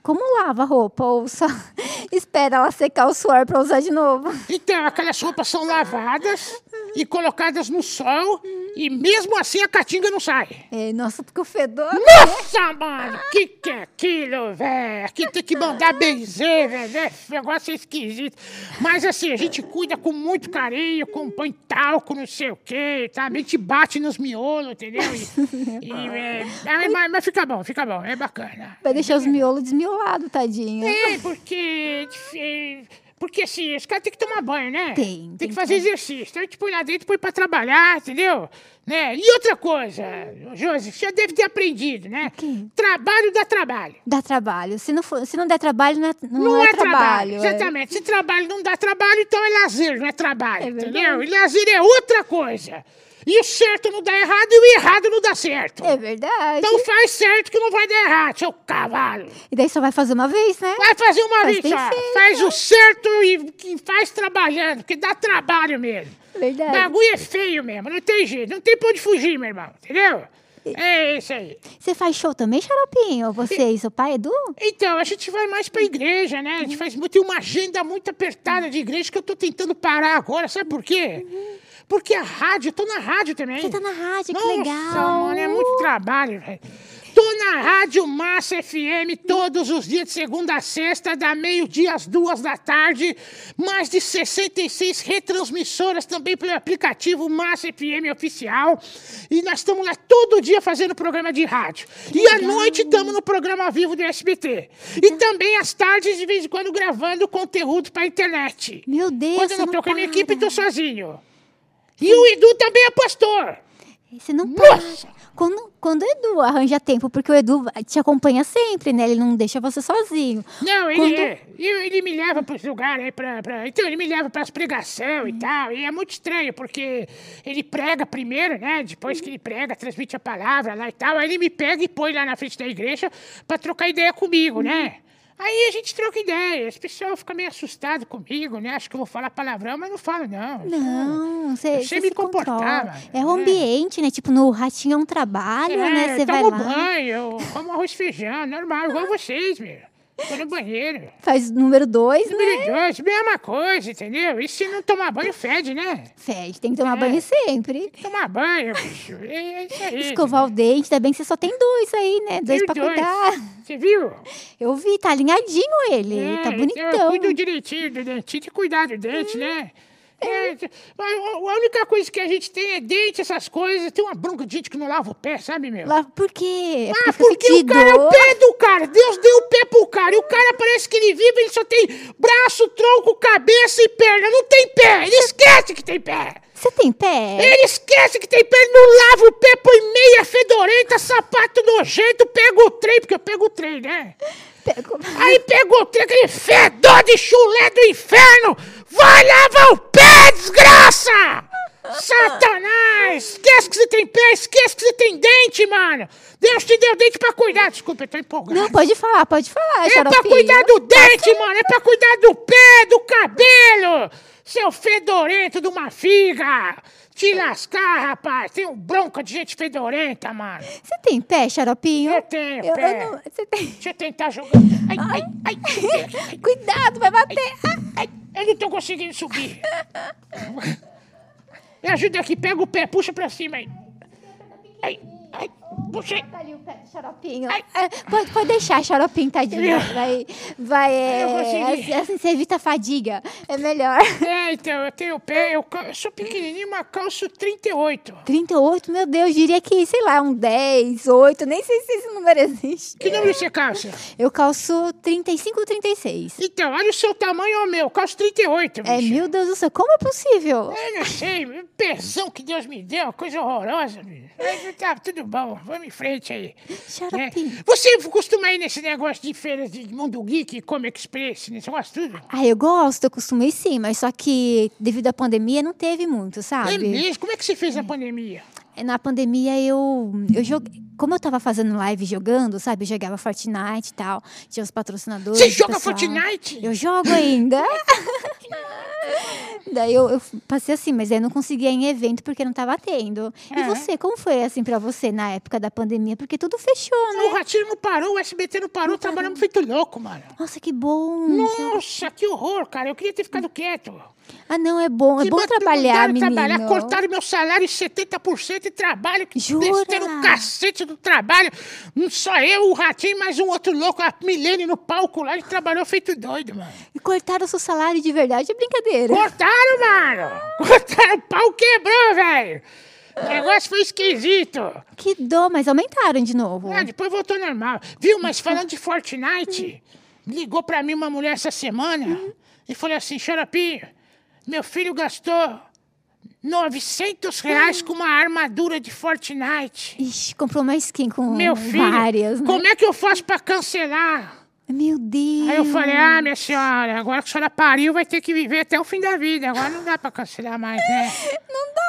Speaker 1: Como lava a roupa? Ou só *laughs* espera ela secar o suor pra usar de novo?
Speaker 2: Então, aquelas roupas são lavadas e colocadas no sol, e mesmo assim a caatinga não sai.
Speaker 1: É, nossa, porque o fedor.
Speaker 2: Nossa, mano, que que é aquilo, velho? Aqui tem que mandar benzer, velho. né? Esse negócio é esquisito. Mas assim, a gente cuida com muito carinho, com põe talco, não sei o quê, tá? A gente bate nos miolos, entendeu? E, e, é, ah, mas, mas fica bom, fica bom, é bacana.
Speaker 1: Vai deixar os miolos desmiolados, tadinho.
Speaker 2: É, porque. é, Porque assim, os caras têm que tomar banho, né?
Speaker 1: Tem,
Speaker 2: Tem
Speaker 1: tem
Speaker 2: que
Speaker 1: que
Speaker 2: fazer exercício. Então a gente põe lá dentro, põe pra trabalhar, entendeu? Né? E outra coisa, Josi, você já deve ter aprendido, né?
Speaker 1: quê?
Speaker 2: Trabalho dá trabalho.
Speaker 1: Dá trabalho. Se não, for, se não der trabalho, não é, não é trabalho. é.
Speaker 2: Exatamente. Se trabalho não dá trabalho, então é lazer, não é trabalho.
Speaker 1: É
Speaker 2: entendeu?
Speaker 1: verdade.
Speaker 2: E lazer é outra coisa. E o certo não dá errado e o errado não dá certo.
Speaker 1: É verdade.
Speaker 2: Então faz certo que não vai dar errado, seu cavalo.
Speaker 1: E daí só vai fazer uma vez, né?
Speaker 2: Vai fazer uma
Speaker 1: Faz
Speaker 2: vez
Speaker 1: bem
Speaker 2: só.
Speaker 1: feito.
Speaker 2: Faz o certo e que faz trabalhando, porque dá trabalho mesmo.
Speaker 1: Verdade.
Speaker 2: Bagulho é feio mesmo, não tem jeito, não tem pra onde fugir, meu irmão, entendeu? É isso aí.
Speaker 1: Você faz show também, Xaropinho? Você e seu pai, Edu?
Speaker 2: Então, a gente vai mais pra igreja, né? A gente faz muito, tem uma agenda muito apertada de igreja que eu tô tentando parar agora, sabe por quê? Porque a rádio, eu tô na rádio também.
Speaker 1: Uhum. Você tá na rádio,
Speaker 2: Nossa,
Speaker 1: que legal.
Speaker 2: mano, é muito trabalho, velho. Tô na Rádio Massa FM todos os dias, de segunda a sexta, da meio-dia às duas da tarde. Mais de 66 retransmissoras também pelo aplicativo Massa FM Oficial. E nós estamos lá todo dia fazendo programa de rádio. e à noite estamos no programa ao vivo do SBT. E também às tardes, de vez em quando, gravando conteúdo pra internet.
Speaker 1: Meu Deus,
Speaker 2: Quando eu não
Speaker 1: você
Speaker 2: tô com a minha
Speaker 1: para.
Speaker 2: equipe, tô sozinho. E o Edu também é pastor.
Speaker 1: Você não
Speaker 2: Nossa!
Speaker 1: para. Quando, quando o Edu arranja tempo, porque o Edu te acompanha sempre, né? Ele não deixa você sozinho.
Speaker 2: Não, ele,
Speaker 1: Quando-
Speaker 2: é, ele, ele me leva para os lugares, aí pra, pra- então ele me leva para as pregação
Speaker 1: Hum.
Speaker 2: e tal, e é muito estranho, porque ele prega primeiro, né, depois que ele prega, transmite a palavra lá e tal, aí ele me pega e põe lá na frente da igreja para trocar ideia comigo, né?
Speaker 1: Hum.
Speaker 2: Aí a gente troca ideia, as pessoas ficam meio assustadas comigo, né, acho que eu vou falar palavrão, mas não falo não.
Speaker 1: Não, né, você,
Speaker 2: Eu sei
Speaker 1: você
Speaker 2: me
Speaker 1: se controla.
Speaker 2: comportar,
Speaker 1: É o
Speaker 2: né?
Speaker 1: ambiente, né? Tipo, no ratinho é
Speaker 2: É,
Speaker 1: um trabalho, né? Você vai
Speaker 2: tomo
Speaker 1: lá.
Speaker 2: banho, eu como arroz e feijão, normal, igual vocês, meu. Tô no banheiro.
Speaker 1: Faz número dois, né?
Speaker 2: Número dois, mesma coisa, entendeu? E se não tomar banho, fede, né?
Speaker 1: Fede, tem que tomar banho sempre.
Speaker 2: Tomar banho, bicho. É isso aí.
Speaker 1: Escovar o dente, ainda bem que você só tem dois aí, né? Dois
Speaker 2: Tenho
Speaker 1: pra cuidar.
Speaker 2: Você viu?
Speaker 1: Eu vi, tá alinhadinho ele.
Speaker 2: É,
Speaker 1: tá
Speaker 2: Eu
Speaker 1: bonitão.
Speaker 2: cuido direitinho do dentista e cuidar do dente, né? É, mas a a única coisa que a gente tem é dente, essas coisas. Tem uma bronca de gente que não lava o pé, sabe, meu?
Speaker 1: Lá, por quê? É
Speaker 2: Ah,
Speaker 1: fica
Speaker 2: porque o cara é o
Speaker 1: fedido.
Speaker 2: pé do cara. Deus deu o pé pro cara. E o cara parece que ele vive, ele só tem braço, tronco, cabeça e perna. Não tem pé. Ele esquece que tem pé.
Speaker 1: Você tem pé?
Speaker 2: Ele esquece que tem pé, ele não lava o pé, põe meia fedorenta, sapato nojento, pega o trem, porque eu pego o trem, né?
Speaker 1: Pego-
Speaker 2: Aí pegou o trem, aquele fedor de chulé do inferno! Vai lavar o pé, desgraça! Satanás! Esquece que você tem pé, esquece que você tem dente, mano! Deus te deu dente pra cuidar. Desculpa, eu tô empolgado.
Speaker 1: Não, pode falar, pode falar,
Speaker 2: é pra
Speaker 1: xaropinho.
Speaker 2: cuidar do dente, mano! É pra cuidar do pé, do cabelo! Seu fedorento de uma figa! Te lascar, rapaz! Tem um bronca de gente fedorenta, mano!
Speaker 1: Você tem pé, xaropinho?
Speaker 2: Eu tenho
Speaker 1: Eu- eu
Speaker 2: pé.
Speaker 1: não- Você tem...
Speaker 2: Deixa eu tentar jogar. Ai, ai, ai!
Speaker 1: Cuidado, vai bater. Ah,
Speaker 2: Ai, eu não tô conseguindo subir. Me ajuda aqui, pega o pé, puxa pra cima aí. Ai, ai, puxa aí.
Speaker 1: Tá ali o pé do xaropinho. É, Pode, pode deixar, xaropinho, tadinho. Vai, vai,
Speaker 2: Eu
Speaker 1: é,
Speaker 2: consegui.
Speaker 1: assim, assim você evita a fadiga. É melhor.
Speaker 2: É, então, eu tenho o pé, eu, cal- eu sou pequenininho, mas calço 38.
Speaker 1: 38, meu Deus, diria que, sei lá, um 10, 8, nem sei se esse número existe.
Speaker 2: Que número você calça?
Speaker 1: Eu calço 35 ou 36.
Speaker 2: Então, olha o seu tamanho ao meu, calço 38,
Speaker 1: É,
Speaker 2: bicho.
Speaker 1: meu Deus do céu, como é possível?
Speaker 2: Eu não sei, o pesão que Deus me deu, coisa horrorosa. bicho. Mas tá tudo bom, vamos em frente aí. né?
Speaker 1: Xaropinho.
Speaker 2: Você costuma ir nesse negócio de feiras de Mundo Geek, Comic Express, nesse negócio tudo?
Speaker 1: Ah, eu gosto, eu costumo ir sim, mas só que devido à pandemia não teve muito,
Speaker 2: É
Speaker 1: sabe?
Speaker 2: mesmo? Como é que você fez na pandemia?
Speaker 1: É, Na pandemia eu, eu joguei. Como eu tava fazendo live jogando, sabe? Eu jogava Fortnite e tal, tinha os patrocinadores.
Speaker 2: Você
Speaker 1: o
Speaker 2: joga
Speaker 1: pessoal.
Speaker 2: Fortnite?
Speaker 1: Eu jogo ainda. *laughs* Daí eu, eu passei assim, mas aí eu não conseguia ir em evento porque não tava tendo. E
Speaker 2: É.
Speaker 1: você, como foi assim pra você na época da pandemia? Porque tudo fechou, né?
Speaker 2: O Ratinho não parou, o SBT não parou, Então- trabalhamos feito louco, mano.
Speaker 1: Nossa, que bom!
Speaker 2: Nossa, que horror, cara. Eu queria ter ficado quieto.
Speaker 1: Ah, não, é bom. É
Speaker 2: Que
Speaker 1: bom
Speaker 2: bota-
Speaker 1: trabalhar,
Speaker 2: mandaram
Speaker 1: menino.
Speaker 2: trabalhar, cortaram meu salário em 70% e trabalho. Que
Speaker 1: Jura?
Speaker 2: besteira, o cacete do trabalho. Não só eu, o Ratinho, mas um outro louco, a Milene no palco lá, ele trabalhou feito doido, mano.
Speaker 1: E cortaram o seu salário de verdade, é brincadeira.
Speaker 2: Cortaram, mano. Cortaram, o pau quebrou, velho. O negócio foi esquisito.
Speaker 1: Que dó, mas aumentaram de novo.
Speaker 2: Ah, depois voltou normal. Viu, mas falando de Fortnite, ligou pra mim uma mulher essa semana e falou assim, Xaropinho, meu filho gastou 900 reais com uma armadura de Fortnite.
Speaker 1: Ixi, comprou uma skin com
Speaker 2: Meu filho,
Speaker 1: várias, né?
Speaker 2: como é que eu faço pra cancelar?
Speaker 1: Meu Deus.
Speaker 2: Aí eu falei, ah, minha senhora, agora que a senhora pariu, vai ter que viver até o fim da vida. Agora não dá pra cancelar mais, né?
Speaker 1: *laughs* Não dá.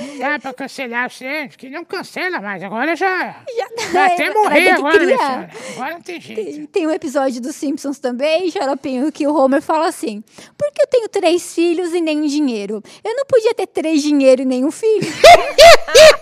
Speaker 2: Não dá pra cancelar, gente, que não cancela mais. Agora já...
Speaker 1: Já
Speaker 2: Vai até morrer
Speaker 1: ter que
Speaker 2: agora, minha
Speaker 1: É, criar.
Speaker 2: senhora. Agora não tem jeito.
Speaker 1: Tem- Tem um episódio dos Simpsons também, Xaropinho, que o Homer fala assim: Por que eu tenho três filhos e nenhum dinheiro? Eu não podia ter três dinheiro e nenhum filho.
Speaker 2: *laughs*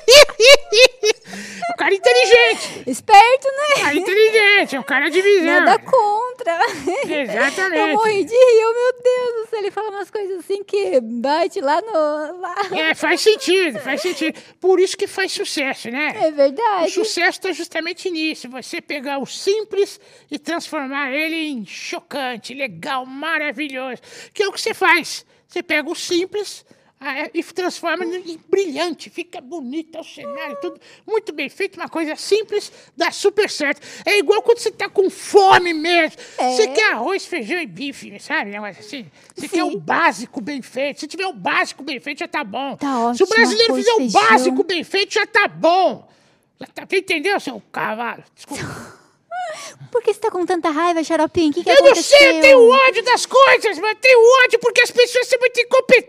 Speaker 2: O cara é inteligente.
Speaker 1: Esperto,
Speaker 2: O cara é
Speaker 1: né?
Speaker 2: inteligente. O cara é de visão.
Speaker 1: Nada contra. Eu
Speaker 2: Exatamente.
Speaker 1: morri de rir, oh, meu Deus do céu. Ele fala umas coisas assim que bate lá no. lá.
Speaker 2: É, faz sentido, faz sentido. Por isso que faz sucesso, né?
Speaker 1: É verdade.
Speaker 2: O sucesso está justamente nisso. Você pegar o simples e transformar ele em chocante, legal, maravilhoso. Que é o que você faz. Você pega o simples ah, é, e transforma em brilhante. Fica bonito é o cenário, tudo muito bem feito. Uma coisa simples dá super certo. É igual quando você tá com fome mesmo.
Speaker 1: É.
Speaker 2: Você quer arroz, feijão e bife, sabe? Negócio assim. Você quer
Speaker 1: Sim.
Speaker 2: o básico bem feito. Se tiver o básico bem feito, já tá bom.
Speaker 1: Tá ótimo,
Speaker 2: Se o brasileiro
Speaker 1: arroz,
Speaker 2: fizer o
Speaker 1: feijão.
Speaker 2: básico bem feito, já tá bom. Já tá, entendeu, seu cavalo? Desculpa.
Speaker 1: Por que você tá com tanta raiva, Xaropinho? O que, que
Speaker 2: Eu não
Speaker 1: aconteceu?
Speaker 2: sei, eu tenho ódio das coisas, mas tenho ódio porque as pessoas são muito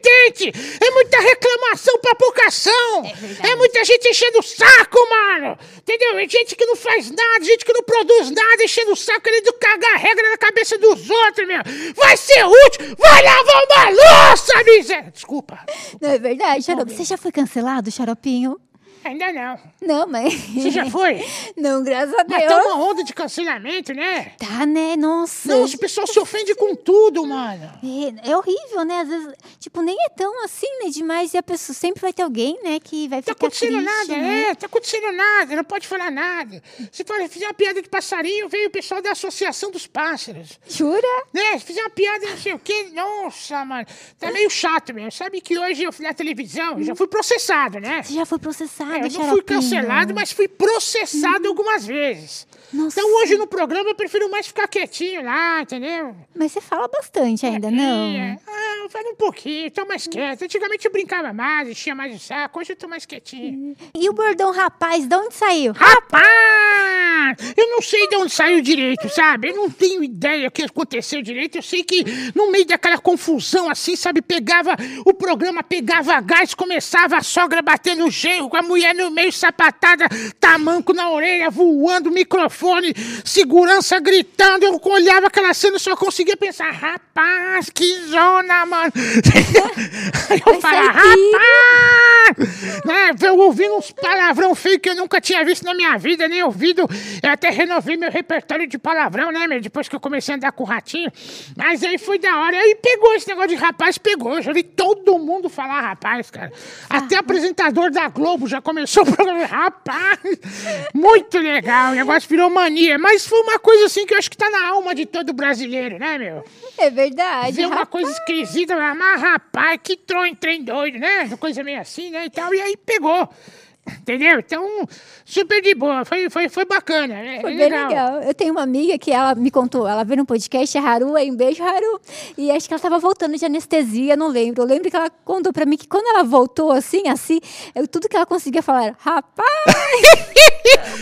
Speaker 2: incompetentes. É muita reclamação pra poucação.
Speaker 1: verdade.
Speaker 2: É, muita gente enchendo o saco, mano. Entendeu? É gente que não faz nada, gente que não produz nada, enchendo o saco, querendo cagar regra na cabeça dos outros, meu. Vai ser útil, vai lavar uma louça, miséria. Desculpa.
Speaker 1: Não é verdade, Xarope? Você já foi cancelado, Xaropinho?
Speaker 2: Ainda não.
Speaker 1: Não, mas.
Speaker 2: Você já foi?
Speaker 1: *laughs* Não, graças a
Speaker 2: Mas
Speaker 1: Deus.
Speaker 2: tá uma onda de cancelamento, né?
Speaker 1: Tá, né? Nossa.
Speaker 2: Nossa, o pessoal se ofende com tudo, mano.
Speaker 1: É, é horrível, né? Às vezes, tipo, nem é tão assim, né? Demais. E a pessoa sempre vai ter alguém, né? Que vai
Speaker 2: Tá
Speaker 1: ficar
Speaker 2: acontecendo
Speaker 1: triste,
Speaker 2: nada,
Speaker 1: né?
Speaker 2: é, tá acontecendo nada, não pode falar nada. Se fa- fizer uma piada de passarinho, veio o pessoal da Associação dos Pássaros.
Speaker 1: Jura?
Speaker 2: Né? Se fizer uma piada, não sei o quê, nossa, mano. Tá meio chato mesmo. Sabe que hoje eu fui na televisão, eu já fui processado, né?
Speaker 1: Você já foi processado,
Speaker 2: É, eu não fui
Speaker 1: xaropinho.
Speaker 2: cancelado, mas fui processado algumas vezes.
Speaker 1: Uhum. Nossa.
Speaker 2: Então hoje no programa eu prefiro mais ficar quietinho lá, entendeu?
Speaker 1: Mas você fala bastante ainda, não?
Speaker 2: É, ah, eu falo um pouquinho, tô mais quieto. Antigamente eu brincava mais, enchia mais o saco, hoje eu tô mais quietinho.
Speaker 1: E o bordão rapaz, de onde saiu?
Speaker 2: Rapaz! Eu não sei de onde saiu direito, sabe? Eu não tenho ideia do que aconteceu direito. Eu sei que no meio daquela confusão assim, sabe? Pegava o programa, pegava gás, começava a sogra batendo o genro, com a mulher no meio, sapatada, tamanco na orelha, voando, microfone, segurança gritando. Eu olhava aquela cena e só conseguia pensar, rapaz, que zona, mano. *laughs* Aí eu
Speaker 1: Vai sair
Speaker 2: falava,
Speaker 1: filho.
Speaker 2: rapaz! né? Eu ouvi uns palavrão feio que eu nunca tinha visto na minha vida, nem ouvido. Eu até renovei meu repertório de palavrão, né, meu? Depois que eu comecei a andar com o ratinho. Mas aí foi da hora. Aí pegou esse negócio de rapaz, pegou. Eu já vi todo mundo falar rapaz, cara. Até apresentador da Globo já começou o programa. Rapaz! Muito legal. O negócio virou mania. Mas foi uma coisa assim que eu acho que tá na alma de todo brasileiro, né, meu?
Speaker 1: É verdade.
Speaker 2: Ver uma
Speaker 1: rapaz.
Speaker 2: coisa esquisita, mas rapaz, que trem, trem doido, né? Uma coisa meio assim, né? E, tal, e aí pegou. Entendeu? Então, super de boa. Foi, foi, foi bacana. É,
Speaker 1: Foi
Speaker 2: é
Speaker 1: bem legal. Eu tenho uma amiga que ela me contou, ela veio no podcast, a Haru, aí um beijo, Haru. E acho que ela tava voltando de anestesia, não lembro. Eu lembro que ela contou pra mim que quando ela voltou assim, assim, eu, tudo que ela conseguia falar era, rapaz!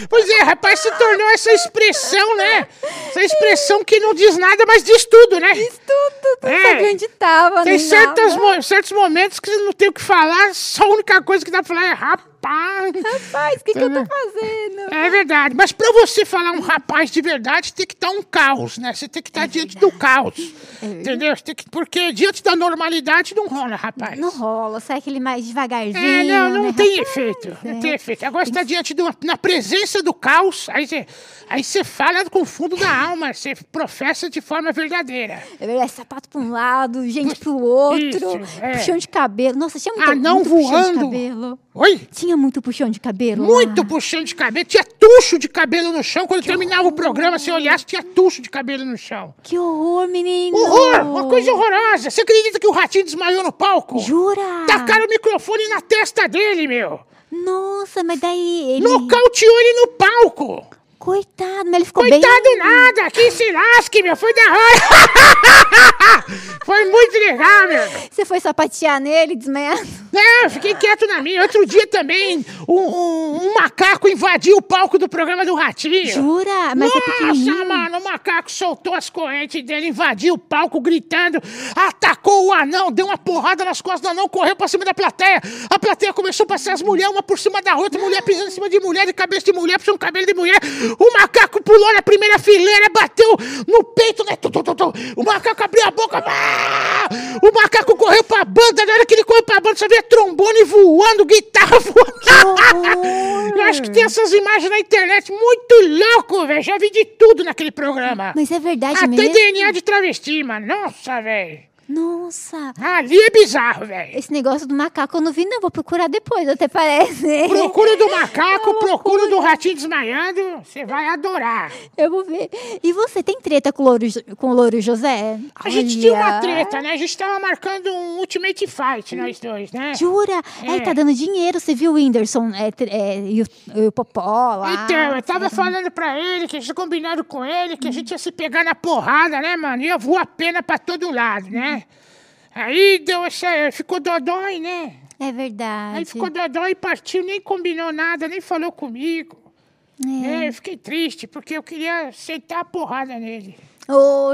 Speaker 2: Pois é, rapaz, se tornou essa expressão, né? Essa expressão que não diz nada, mas diz tudo, né?
Speaker 1: Isso né? tudo, não
Speaker 2: É.
Speaker 1: sabia onde tava,
Speaker 2: Tem
Speaker 1: nem
Speaker 2: certas
Speaker 1: nada.
Speaker 2: mo- certos momentos que você não tem o que falar, só a única coisa que dá pra falar é rapaz.
Speaker 1: Rapaz, o que, que eu tô
Speaker 2: Também.
Speaker 1: fazendo?
Speaker 2: É verdade, mas pra você falar um rapaz de verdade, tem que estar um caos, né? Você tem que estar
Speaker 1: É
Speaker 2: diante do caos. entendeu? Você tem que, porque diante da normalidade não rola, rapaz.
Speaker 1: Não rola, sai aquele mais devagarzinho.
Speaker 2: É, não, não
Speaker 1: né,
Speaker 2: tem
Speaker 1: rapaz?
Speaker 2: efeito. Não
Speaker 1: é.
Speaker 2: tem efeito. Agora você tá diante de uma, na presença do caos, aí você, aí você fala com o fundo da alma, você professa de forma verdadeira.
Speaker 1: É verdade, sapato pra um lado, gente pro outro,
Speaker 2: Isso, é.
Speaker 1: puxão de cabelo. Nossa, tinha muito,
Speaker 2: Ah, não
Speaker 1: muito puxão de
Speaker 2: voando.
Speaker 1: cabelo.
Speaker 2: Oi?
Speaker 1: Tinha muito puxão de cabelo. lá.
Speaker 2: Muito puxão de cabelo, tinha tucho de cabelo no chão. Quando terminava o programa, se eu olhasse, tinha tucho de cabelo no chão.
Speaker 1: Que horror, menino!
Speaker 2: Horror! Uma coisa horrorosa! Você acredita que o ratinho desmaiou no palco?
Speaker 1: Jura?
Speaker 2: Tacaram Tá o microfone na testa dele, meu!
Speaker 1: Nossa, mas daí ele.
Speaker 2: Nocauteou ele no palco!
Speaker 1: Coitado, mas ele ficou
Speaker 2: Coitado
Speaker 1: bem.
Speaker 2: nada! Que se lasque, meu! Foi da hora! *laughs* Foi muito legal, meu!
Speaker 1: Você foi sapatear nele, desmaiado?
Speaker 2: Não, eu fiquei quieto na minha. Outro dia também, um, um- um macaco invadiu o palco do programa do Ratinho.
Speaker 1: Jura? Mas é
Speaker 2: Nossa,
Speaker 1: pequenininho.
Speaker 2: mano, Ah, o macaco soltou as correntes dele, invadiu o palco gritando, atacou o anão, deu uma porrada nas costas do anão, correu pra cima da plateia. A plateia começou a passar as mulheres, uma por cima da outra, mulher pisando em cima de mulher, de cabeça de mulher, puxando cabelo de mulher. O macaco pulou na primeira fileira, bateu no peito, né? Tu, tu, tu, tu. O macaco abriu a boca. ah! O macaco correu pra banda, na hora que ele correu pra banda, só via trombone voando, guitarra *laughs* voando.
Speaker 1: horror!
Speaker 2: Eu acho que tem essas imagens na internet muito louco, velho. Já vi de tudo naquele programa.
Speaker 1: Mas é verdade
Speaker 2: Até
Speaker 1: mesmo?
Speaker 2: DNA de travesti, mano. Nossa, velho.
Speaker 1: Nossa.
Speaker 2: Ali é bizarro, velho.
Speaker 1: Esse negócio do macaco eu não vi, não. Vou procurar depois, até parece.
Speaker 2: Procura do macaco,
Speaker 1: é uma
Speaker 2: procura do ratinho desmaiando. Você vai adorar.
Speaker 1: *laughs* Eu vou ver. E você tem treta com o Louro, Jo- com o Louro José?
Speaker 2: A gente tinha
Speaker 1: Olha.
Speaker 2: uma treta, né? A gente tava marcando um Ultimate Fight, nós dois, né?
Speaker 1: Jura? Aí
Speaker 2: É.
Speaker 1: tá dando dinheiro. Você viu o Whindersson é, tre- é, e, o, e o Popó lá?
Speaker 2: Então, eu tava falando pra ele que a gente combinado com ele que a gente ia se pegar na porrada, né, mano? Ia voar pena pra todo lado, né? Aí deu essa. Ficou dodói, né?
Speaker 1: É verdade.
Speaker 2: Aí ficou dodói e partiu, nem combinou nada, nem falou comigo. É, eu fiquei triste, porque eu queria sentar a porrada nele.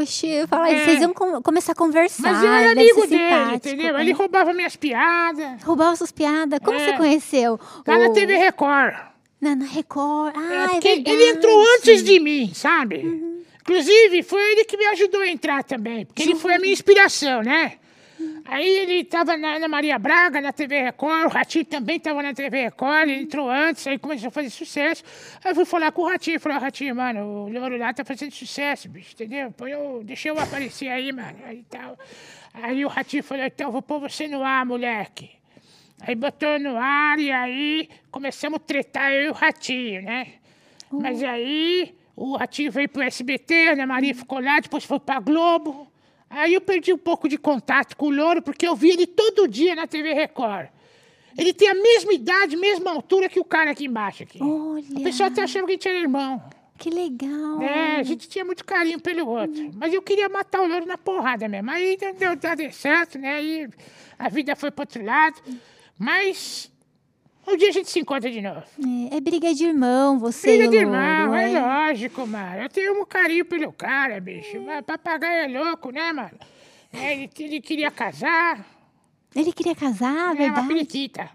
Speaker 1: Oxi, falar isso,
Speaker 2: É.
Speaker 1: vocês iam com- começar a conversar.
Speaker 2: Mas eu era
Speaker 1: ele Ah, deve
Speaker 2: amigo
Speaker 1: ser
Speaker 2: dele,
Speaker 1: simpático,
Speaker 2: entendeu?
Speaker 1: né?
Speaker 2: Ele roubava minhas piadas.
Speaker 1: Roubava suas piadas. Como
Speaker 2: É.
Speaker 1: você conheceu?
Speaker 2: Lá na
Speaker 1: O-
Speaker 2: TV Record.
Speaker 1: Na, na Record. Ah,
Speaker 2: É,
Speaker 1: é,
Speaker 2: porque
Speaker 1: verdade. Uhum.
Speaker 2: ele entrou antes de mim, sabe? Inclusive, foi ele que me ajudou a entrar também, porque ele foi a minha inspiração, né? Aí ele tava na Ana Maria Braga, na TV Record, o Ratinho também tava na TV Record, ele entrou antes, aí começou a fazer sucesso. Aí eu fui falar com o Ratinho, falei, "Ó, Ratinho, mano, o Louro lá tá fazendo sucesso, bicho, entendeu? Pô, eu, deixa eu aparecer aí, mano, aí tal. Aí o Ratinho falou, então eu vou pôr você no ar, moleque. Aí botou no ar e aí começamos a tretar eu e o Ratinho, né? Mas aí o Ratinho veio pro SBT, a Ana Maria ficou lá, depois foi pra Globo. Aí eu perdi um pouco de contato com o Louro, porque eu vi ele todo dia na TV Record. Ele tem a mesma idade, mesma altura que o cara aqui embaixo. Aqui.
Speaker 1: Olha,
Speaker 2: O pessoal até achava que a gente era irmão.
Speaker 1: que legal.
Speaker 2: É, a gente tinha muito carinho pelo outro. Mas eu queria matar o louro na porrada mesmo. Aí não deu nada certo, né? E a vida foi pro outro lado. Mas um dia a gente se encontra de novo.
Speaker 1: É, é briga de irmão, você e
Speaker 2: Filha
Speaker 1: o
Speaker 2: de
Speaker 1: louro,
Speaker 2: irmão, é
Speaker 1: é.
Speaker 2: lógico, mano. Eu tenho um carinho pelo cara, bicho. Mas papagaio é louco, né, mano? É, ele, ele queria casar,
Speaker 1: Ele queria casar,
Speaker 2: né? Uma
Speaker 1: verdade?
Speaker 2: periquita.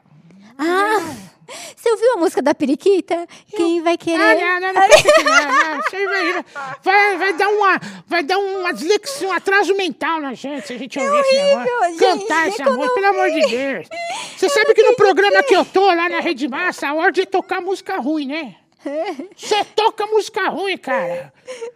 Speaker 1: Ah, *laughs* você ouviu a música da periquita? Quem vai
Speaker 2: Ah,
Speaker 1: querer?
Speaker 2: não, não, não pensa que não, não. Isso aí vai, vai, vai dar uma, vai dar uma dislexia, um atraso mental na gente se a gente ouvir esse
Speaker 1: É horrível,
Speaker 2: negócio.
Speaker 1: gente,
Speaker 2: Cantar essa
Speaker 1: quando eu
Speaker 2: música, pelo amor de
Speaker 1: *laughs*
Speaker 2: Deus. Você sabe que no programa que eu tô, lá na Rede Massa, a ordem é tocar música ruim,
Speaker 1: *laughs*
Speaker 2: né? Você toca música ruim, cara.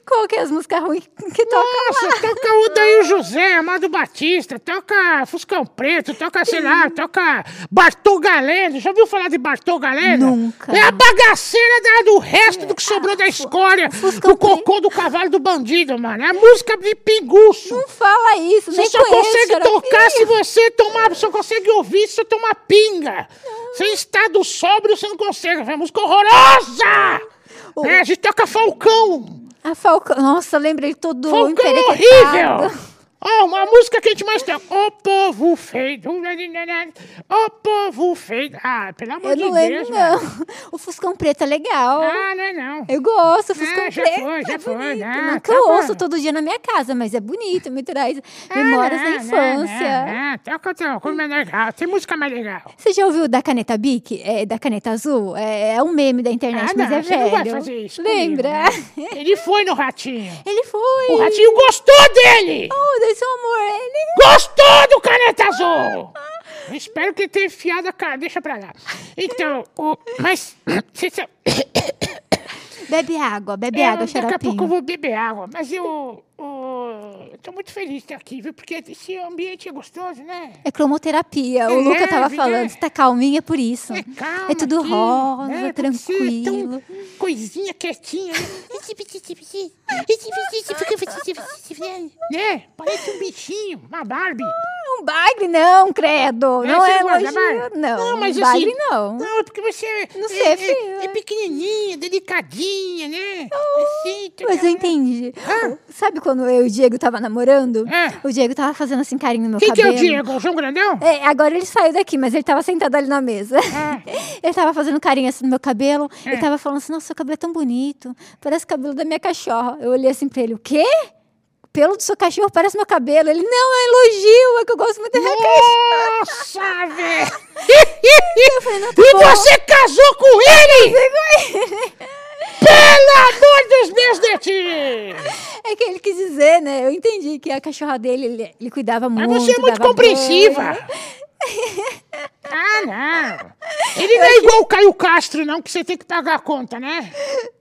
Speaker 1: Qual que é as músicas ruins que tocam?
Speaker 2: Nossa, toca o Daí José, Amado Batista, toca Fuscão Preto, toca, sei lá, toca Bartol Galeno. Já ouviu falar de Bartol Galeno?
Speaker 1: Nunca. É,
Speaker 2: É a bagaceira da- do resto do que sobrou da escória,
Speaker 1: Fuscão
Speaker 2: do cocô do cavalo do bandido, mano. É a música de pinguço.
Speaker 1: Não fala isso,
Speaker 2: Você
Speaker 1: nem
Speaker 2: só
Speaker 1: conheço,
Speaker 2: consegue
Speaker 1: xaropinho.
Speaker 2: tocar se você tomar, só consegue ouvir se você tomar pinga. Sem estado sóbrio, você não consegue. É uma música horrorosa!
Speaker 1: Oh.
Speaker 2: É, a gente toca Falcão.
Speaker 1: A Falcão. Nossa, lembra ele todo
Speaker 2: Falcão é
Speaker 1: emperequetado.
Speaker 2: horrível! Ó, uma música que a gente mais toca. Ô povo feio. Ô povo feio. Ah, pelo amor
Speaker 1: Eu
Speaker 2: de
Speaker 1: não
Speaker 2: Deus,
Speaker 1: lembro,
Speaker 2: mano.
Speaker 1: não. O Fuscão Preto é legal.
Speaker 2: Ah, não é não.
Speaker 1: Eu gosto, o Fuscão
Speaker 2: Ah, já
Speaker 1: Preto.
Speaker 2: foi, já
Speaker 1: é
Speaker 2: foi,
Speaker 1: bonito.
Speaker 2: né?
Speaker 1: Não que
Speaker 2: Tá
Speaker 1: eu
Speaker 2: bom.
Speaker 1: ouço todo dia na minha casa, mas é bonito, me traz memórias da infância.
Speaker 2: Ah, toca outra coisa mais legal. Tem música
Speaker 1: *laughs*
Speaker 2: mais legal.
Speaker 1: Você já ouviu da caneta Bic? É, da caneta azul? É, é um meme da internet,
Speaker 2: Ah,
Speaker 1: mas
Speaker 2: não,
Speaker 1: é
Speaker 2: você
Speaker 1: velho.
Speaker 2: não vai fazer isso comigo,
Speaker 1: Lembra?
Speaker 2: Ele foi no Ratinho.
Speaker 1: *laughs* Ele foi.
Speaker 2: O Ratinho gostou dele!
Speaker 1: Oh, deu seu amor. Ele.
Speaker 2: Gostou do Caneta Azul? Eu espero que ele tenha enfiado a cara. Deixa pra lá. Então, o... mas... *clears throat* Você sabe...
Speaker 1: Bebe água, bebe
Speaker 2: É,
Speaker 1: água,
Speaker 2: Daqui a pouco eu
Speaker 1: xaropinho.
Speaker 2: vou beber água, mas eu, eu tô muito feliz de estar aqui, viu? Porque esse ambiente é gostoso, né?
Speaker 1: É cromoterapia.
Speaker 2: É
Speaker 1: o Luca tava
Speaker 2: leve, né?
Speaker 1: falando. Você tá calminha é por isso.
Speaker 2: É calmo.
Speaker 1: É tudo
Speaker 2: aqui,
Speaker 1: rosa,
Speaker 2: né? Porque você é tão
Speaker 1: tranquilo.
Speaker 2: coisinha quietinha,
Speaker 1: *laughs*
Speaker 2: né? né? Parece um bichinho, uma Barbie.
Speaker 1: Um bagre, não, credo. não
Speaker 2: você
Speaker 1: é
Speaker 2: gosta da
Speaker 1: elogio,
Speaker 2: Barbie?
Speaker 1: não.
Speaker 2: mas
Speaker 1: um bagre,
Speaker 2: assim,
Speaker 1: não.
Speaker 2: Não, é porque você é,
Speaker 1: Não sei, né?
Speaker 2: é,
Speaker 1: filha.
Speaker 2: é, é pequenininha, delicadinha, né? Assim, toda-
Speaker 1: Mas eu entendi.
Speaker 2: Ah.
Speaker 1: Sabe quando eu e o Diego tava namorando?
Speaker 2: É.
Speaker 1: O Diego tava fazendo assim carinho no meu
Speaker 2: Quem que é
Speaker 1: cabelo.
Speaker 2: o Diego? O João Grandão?
Speaker 1: É, agora ele saiu daqui, mas ele tava sentado ali na mesa.
Speaker 2: Ah.
Speaker 1: *laughs* Ele tava fazendo carinho assim no meu cabelo.
Speaker 2: É.
Speaker 1: Ele tava falando assim, nossa, seu cabelo é tão bonito. Parece o cabelo da minha cachorra. Eu olhei assim pra ele, o quê? Pelo do seu cachorro parece meu cabelo. Ele, não, é elogio, é que eu gosto muito da minha cachorra.
Speaker 2: Nossa,
Speaker 1: *laughs*
Speaker 2: velho!
Speaker 1: falei, não, tá
Speaker 2: E
Speaker 1: bom.
Speaker 2: você casou com ele? Pelo amor dos meus netinhos!
Speaker 1: É que ele quis dizer, né? Eu entendi que a cachorra dele, ele, ele cuidava muito.
Speaker 2: Mas você é muito
Speaker 1: dava
Speaker 2: compreensiva!
Speaker 1: banho.
Speaker 2: *laughs* Ah, não! Ele não é igual o Caio Castro, não, que você tem que pagar a conta, né?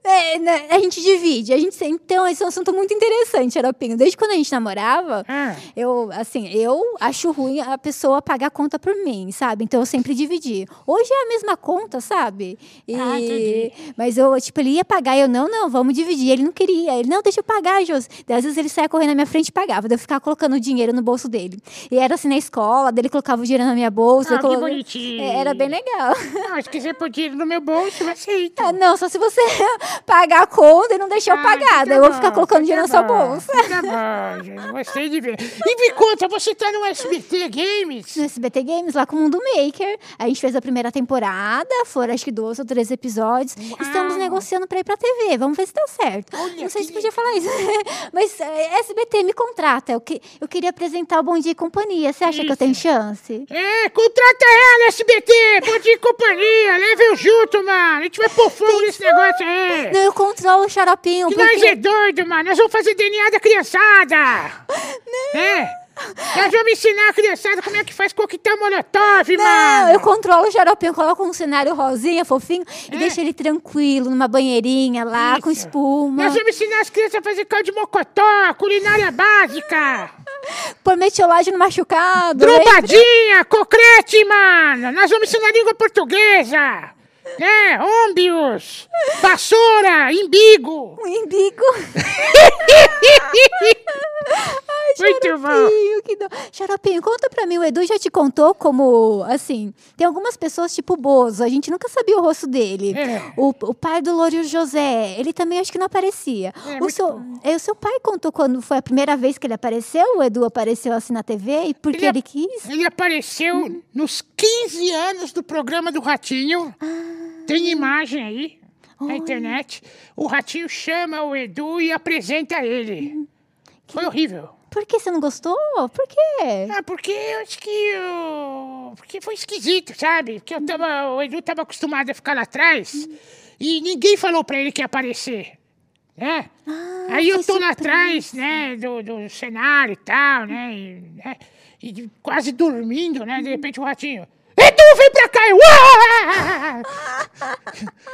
Speaker 1: É, né, a gente divide, a gente se- então esse é um assunto muito interessante, Aropinho. Desde quando a gente namorava,
Speaker 2: Ah.
Speaker 1: eu assim, eu acho ruim a pessoa pagar a conta por mim, sabe? Então eu sempre dividi. Hoje é a mesma conta, sabe? E-
Speaker 2: Ah, entendi.
Speaker 1: mas eu tipo ele ia pagar, eu não, não, vamos dividir. Ele não queria, ele não deixa eu pagar, Josi. Daí às vezes ele saia correndo na minha frente e pagava, daí eu ficava colocando dinheiro no bolso dele. E era assim na escola, dele colocava o dinheiro na minha bolsa,
Speaker 2: Ah,
Speaker 1: eu
Speaker 2: que
Speaker 1: colocava-
Speaker 2: bonitinho.
Speaker 1: É, Era bem legal. *laughs*
Speaker 2: Não, se quiser pôr dinheiro no meu bolso, eu aceito.
Speaker 1: Ah, não, só se você *laughs* pagar a conta e não deixar eu
Speaker 2: Ah,
Speaker 1: pagar.
Speaker 2: então
Speaker 1: Daí eu vou
Speaker 2: tá
Speaker 1: ficar
Speaker 2: tá bom,
Speaker 1: colocando dinheiro
Speaker 2: então
Speaker 1: na sua
Speaker 2: tá bom,
Speaker 1: bolsa.
Speaker 2: então Tá bom, gente, gostei de ver. E me conta, você tá no SBT Games?
Speaker 1: No SBT Games, lá com o Mundo Maker. A gente fez a primeira temporada, foram acho que 12 ou 13 episódios. Estamos negociando pra ir pra TV, vamos ver se dá certo.
Speaker 2: Olha,
Speaker 1: não sei
Speaker 2: que
Speaker 1: se podia falar isso, *laughs* mas eh, SBT me contrata. Eu, que, eu queria apresentar o Bom Dia e Companhia. Você acha que eu tenho chance?
Speaker 2: É, contrata ela, SBT! Bom dia e companhia! Leve-o junto, mano! A gente vai pôr fogo nesse negócio aí!
Speaker 1: Não, eu controlo o xaropinho.
Speaker 2: Que
Speaker 1: porque-
Speaker 2: nós é doido, mano! Nós vamos fazer DNA da criançada! Não! É! Elas vão me ensinar a criançada como é que faz coquetel molotov,
Speaker 1: Não,
Speaker 2: mano.
Speaker 1: eu controlo o xaropinho, coloco um cenário rosinha, fofinho, e deixo ele tranquilo, numa banheirinha lá, com
Speaker 2: É. Isso.
Speaker 1: espuma.
Speaker 2: Nós vamos ensinar as crianças a fazer caldo de mocotó, culinária básica,
Speaker 1: Põe metiolagem no machucado. é, lembra?
Speaker 2: trombadinha, cocrete, mano. Nós vamos ensinar língua portuguesa, né? Ômbios, vassoura, imbigo.
Speaker 1: Um embigo. Ai,
Speaker 2: Muito
Speaker 1: xaropinho, que dó. Xaropinho, conta pra mim, o Edu já te contou como, assim, tem algumas pessoas tipo Bozo, a gente nunca sabia o rosto dele.
Speaker 2: É.
Speaker 1: O, o pai do Louro José, ele também acho que não aparecia.
Speaker 2: É,
Speaker 1: o,
Speaker 2: muito
Speaker 1: seu, é, o seu pai contou quando foi a primeira vez que ele apareceu, o Edu apareceu assim na TV, e porque ele,
Speaker 2: Ele- é-
Speaker 1: quis?
Speaker 2: Ele apareceu nos 15 anos do programa do Ratinho. Tem imagem aí na internet. O Ratinho chama o Edu e apresenta ele. Foi horrível.
Speaker 1: Por que você não gostou? Por quê?
Speaker 2: Ah, porque eu acho que eu... Porque foi esquisito, sabe? Porque eu tava... o Edu tava acostumado a ficar lá atrás e ninguém falou pra ele que ia aparecer. Né? Aí eu
Speaker 1: Ah, foi
Speaker 2: tô lá
Speaker 1: surpresa.
Speaker 2: atrás, né, do, do cenário e tal, né, e, né, e de- quase dormindo, né, de repente o ratinho, Edu, vem pra cá! Eu,
Speaker 1: *laughs*
Speaker 2: "Ah!"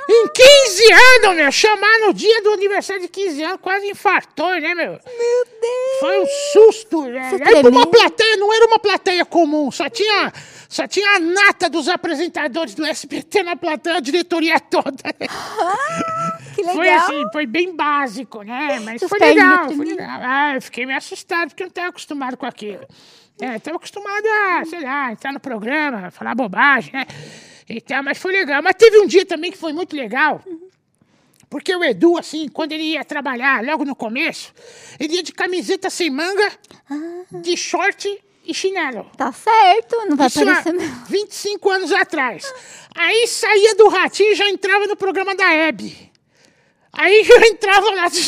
Speaker 2: em 15 anos, meu, chamar no dia do aniversário de 15 anos, quase infartou, né, meu?
Speaker 1: Meu Deus!
Speaker 2: Foi um susto, né?
Speaker 1: Você
Speaker 2: Era pra
Speaker 1: tremeu?
Speaker 2: uma plateia, não era uma plateia comum, só tinha, só tinha a nata dos apresentadores do SBT na plateia, a diretoria toda.
Speaker 1: Que legal!
Speaker 2: Foi assim, foi bem básico,
Speaker 1: *laughs*
Speaker 2: né? Mas
Speaker 1: Seus
Speaker 2: foi
Speaker 1: pés
Speaker 2: legal, foi
Speaker 1: tremiam?
Speaker 2: legal. Ah, eu fiquei meio assustado, porque eu não estava acostumado com aquilo. É, estava acostumado a, sei lá, entrar no programa, falar bobagem, né? E tal, mas foi legal. Mas teve um dia também que foi muito legal. Porque o Edu, assim, quando ele ia trabalhar logo no começo, ele ia de camiseta sem manga,
Speaker 1: Ah.
Speaker 2: de short e chinelo.
Speaker 1: Tá certo, não vai
Speaker 2: Isso é- há
Speaker 1: aparecer mesmo.
Speaker 2: 25 anos atrás. Aí saía do Ratinho e já entrava no programa da Hebe. Aí eu entrava lá de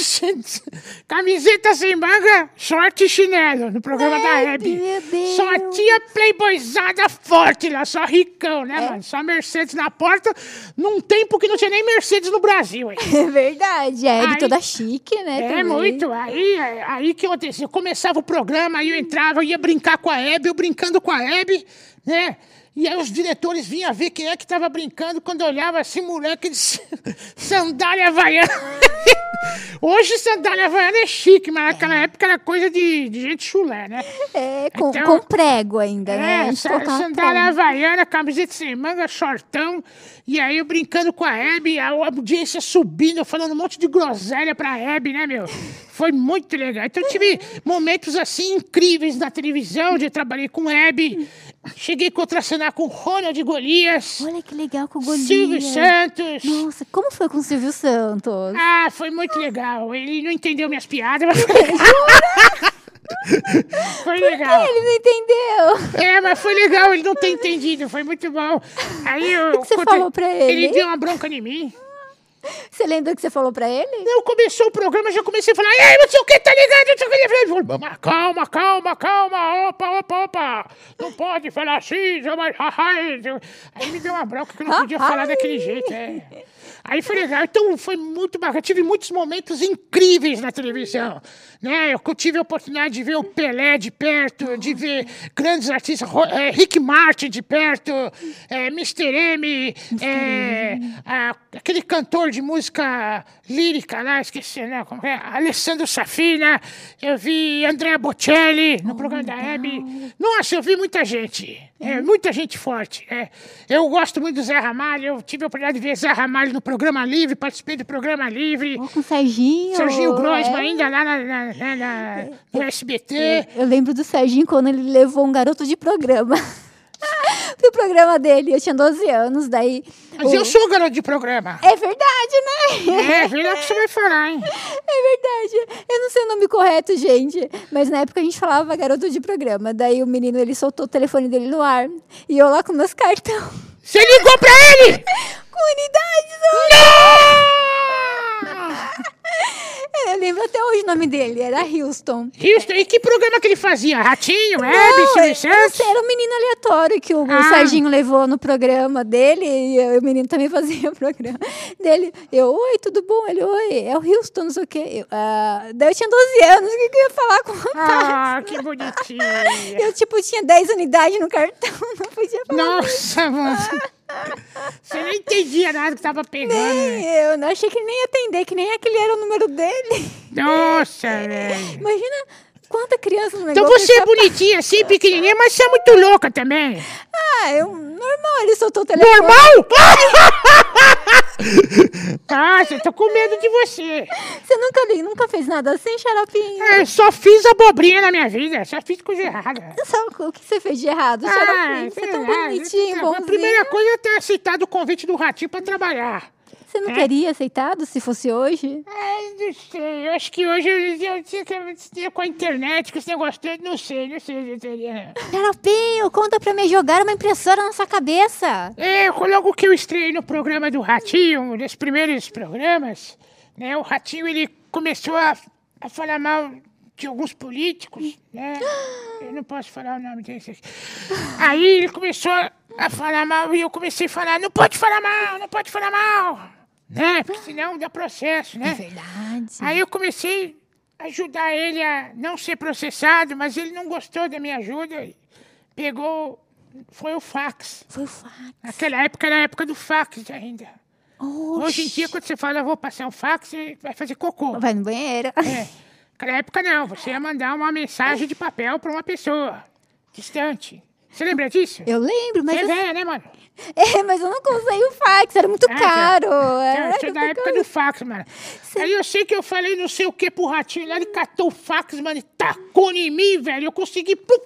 Speaker 2: camiseta sem manga, short e chinelo no programa da
Speaker 1: Hebe,
Speaker 2: Hebe.
Speaker 1: meu Deus.
Speaker 2: Só tinha playboyzada forte lá, só ricão, né,
Speaker 1: É.
Speaker 2: mano? Só Mercedes na porta, num tempo que não tinha nem Mercedes no Brasil, hein?
Speaker 1: É verdade, é ele
Speaker 2: Aí-
Speaker 1: toda chique, né?
Speaker 2: É
Speaker 1: também.
Speaker 2: muito. Aí, aí que acontecia. Eu começava o programa, aí eu entrava, eu ia brincar com a Hebe, eu brincando com a Hebe, né? E aí os diretores vinham ver quem é que tava brincando. Quando eu olhava assim, moleque de s- *laughs*
Speaker 1: *laughs*
Speaker 2: sandália havaiana. Hoje sandália havaiana é chique, mas naquela época era coisa de, de gente chulé, né?
Speaker 1: É, com,
Speaker 2: Então-
Speaker 1: com prego ainda, né? A
Speaker 2: É,
Speaker 1: gente
Speaker 2: sa-
Speaker 1: colocava
Speaker 2: sandália
Speaker 1: prego.
Speaker 2: havaiana, camiseta sem manga, shortão. E aí eu brincando com a Hebe, a audiência subindo, eu falando um monte de groselha pra Hebe, né, meu? Foi muito legal. Então eu tive momentos assim incríveis na televisão, onde eu trabalhei com Hebe. Cheguei a contracenar com Ronald Golias,
Speaker 1: Olha que legal com o
Speaker 2: Silvio
Speaker 1: Golias.
Speaker 2: Santos.
Speaker 1: Nossa, como foi com o Silvio Santos?
Speaker 2: Ah, foi muito legal. Ele não entendeu minhas
Speaker 1: *laughs*
Speaker 2: piadas, mas *laughs* foi legal.
Speaker 1: Ele não entendeu. *laughs*
Speaker 2: *laughs* É, mas foi legal ele não ter entendido, foi muito bom. Aí eu.
Speaker 1: O É que você
Speaker 2: quando-
Speaker 1: falou pra ele?
Speaker 2: Ele deu uma bronca em mim.
Speaker 1: Você lembra o que você falou pra ele?
Speaker 2: Eu começou o programa, já comecei a falar, ei, não sei o que, tá ligado, não sei o que. Ele falou, "Mas calma, calma, calma, opa, opa, opa. Não pode falar assim, já vai- ah, ah", *laughs* Aí me deu uma bronca que eu não podia
Speaker 1: Ah, ah.
Speaker 2: falar daquele jeito, é. Aí foi legal, então foi muito bacana. Tive muitos momentos incríveis na televisão, né? Eu tive a oportunidade de ver o Pelé de perto, de ver grandes artistas, Ro- eh, Rick Martin de perto, é, Mr. M, eh, a- aquele cantor de música lírica lá, esqueci, né? Como é? Alessandro Safina, eu vi Andrea Bocelli no programa da Hebe. Nossa, eu vi muita gente, é, muita gente forte. é. Eu gosto muito do Zé Ramalho, eu tive a oportunidade de ver Zé Ramalho no programa Livre, participei do programa Livre.
Speaker 1: Ou com o Serginho?
Speaker 2: Serginho Grosma
Speaker 1: Oh, é.
Speaker 2: ainda lá na- na- na- na- no SBT.
Speaker 1: Eu lembro do Serginho quando ele levou um garoto de programa. *laughs* Pro programa dele, eu tinha 12 anos, daí...
Speaker 2: Mas
Speaker 1: o-
Speaker 2: eu sou um garoto de programa.
Speaker 1: É verdade, né?
Speaker 2: É, vira o que você vai falar, hein?
Speaker 1: *laughs* É verdade. Eu não sei o nome correto, gente. Mas na época a gente falava garoto de programa. Daí o menino, ele soltou o telefone dele no ar. E eu lá com meus cartão.
Speaker 2: Você ligou pra ele?
Speaker 1: Comunidades, ó.
Speaker 2: Não!
Speaker 1: Eu lembro até hoje o nome dele, era Houston.
Speaker 2: Houston, e que programa que ele fazia? Ratinho,
Speaker 1: Não,
Speaker 2: Hebe, Silvio Santos?
Speaker 1: esse era um menino aleatório que o, o
Speaker 2: é Ah.
Speaker 1: Serginho levou no programa dele, e eu- o menino também *laughs* fazia o programa dele. Eu, oi, tudo bom? Ele, oi, é o Houston, não sei o quê. Eu, ah, daí eu tinha 12 anos, o que, que eu ia falar com o rapaz?
Speaker 2: Ah, que bonitinho.
Speaker 1: Eu, tipo, tinha 10 unidades no cartão, *laughs* não podia falar.
Speaker 2: Nossa, mano. Você não entendia nada que tava pegando.
Speaker 1: Nem eu, né? achei que ele nem ia atender, que nem aquele era o número dele.
Speaker 2: Nossa, velho.
Speaker 1: Imagina quanta criança no
Speaker 2: Então
Speaker 1: negócio
Speaker 2: você é
Speaker 1: capaz-
Speaker 2: bonitinha, assim, pequenininha, mas você é muito louca também.
Speaker 1: Ah, eu, normal, ele soltou o telefone. *laughs*
Speaker 2: Normal? Nossa, Ah, eu tô com medo de você.
Speaker 1: Você nunca, li- nunca fez nada assim, xaropinho?
Speaker 2: Eu só fiz abobrinha na minha vida, só fiz coisa errada.
Speaker 1: Sabe o que você fez de errado, xaropinho? Você é tão
Speaker 2: Ah, sei lá,
Speaker 1: bonitinho,
Speaker 2: A
Speaker 1: bonzinho.
Speaker 2: primeira coisa é ter aceitado o convite do Ratinho pra trabalhar.
Speaker 1: Você não
Speaker 2: É.
Speaker 1: teria aceitado se fosse hoje?
Speaker 2: Ai, não sei, eu acho que hoje eu, eu tinha que tinha com a internet, com esse negócio todo, não sei, não sei, não teria.
Speaker 1: Xaropinho, conta pra mim jogar uma impressora na sua cabeça.
Speaker 2: É, logo que eu estreiei no programa do Ratinho, um dos primeiros programas, né, o Ratinho ele começou a, a falar mal de alguns políticos, né? Eu não posso falar o nome deles. aqui. Aí ele começou a falar mal e eu comecei a falar, não pode falar mal, não pode falar mal, né? Porque senão dá processo, né?
Speaker 1: É Verdade.
Speaker 2: Aí eu comecei a ajudar ele a não ser processado, mas ele não gostou da minha ajuda. e Pegou, foi o fax.
Speaker 1: Foi o fato.
Speaker 2: Naquela época era a época do fax ainda. Hoje em
Speaker 1: Oxi.
Speaker 2: dia, quando você fala, eu vou passar um fax, você vai fazer cocô.
Speaker 1: Vai no banheiro.
Speaker 2: É. Naquela época, não. Você ia mandar uma mensagem de papel para uma pessoa distante. Você lembra disso?
Speaker 1: *laughs* Eu lembro, mas
Speaker 2: Você é
Speaker 1: eu,
Speaker 2: velha, né, mano?
Speaker 1: *laughs* é, mas eu nunca usei o fax, era muito
Speaker 2: tá.
Speaker 1: caro. Era
Speaker 2: Eu sou da época do fax, mano. Aí eu sei que eu falei não sei o que pro ratinho lá, ele catou o fax, mano, e tacou em mim, velho. Eu consegui pum,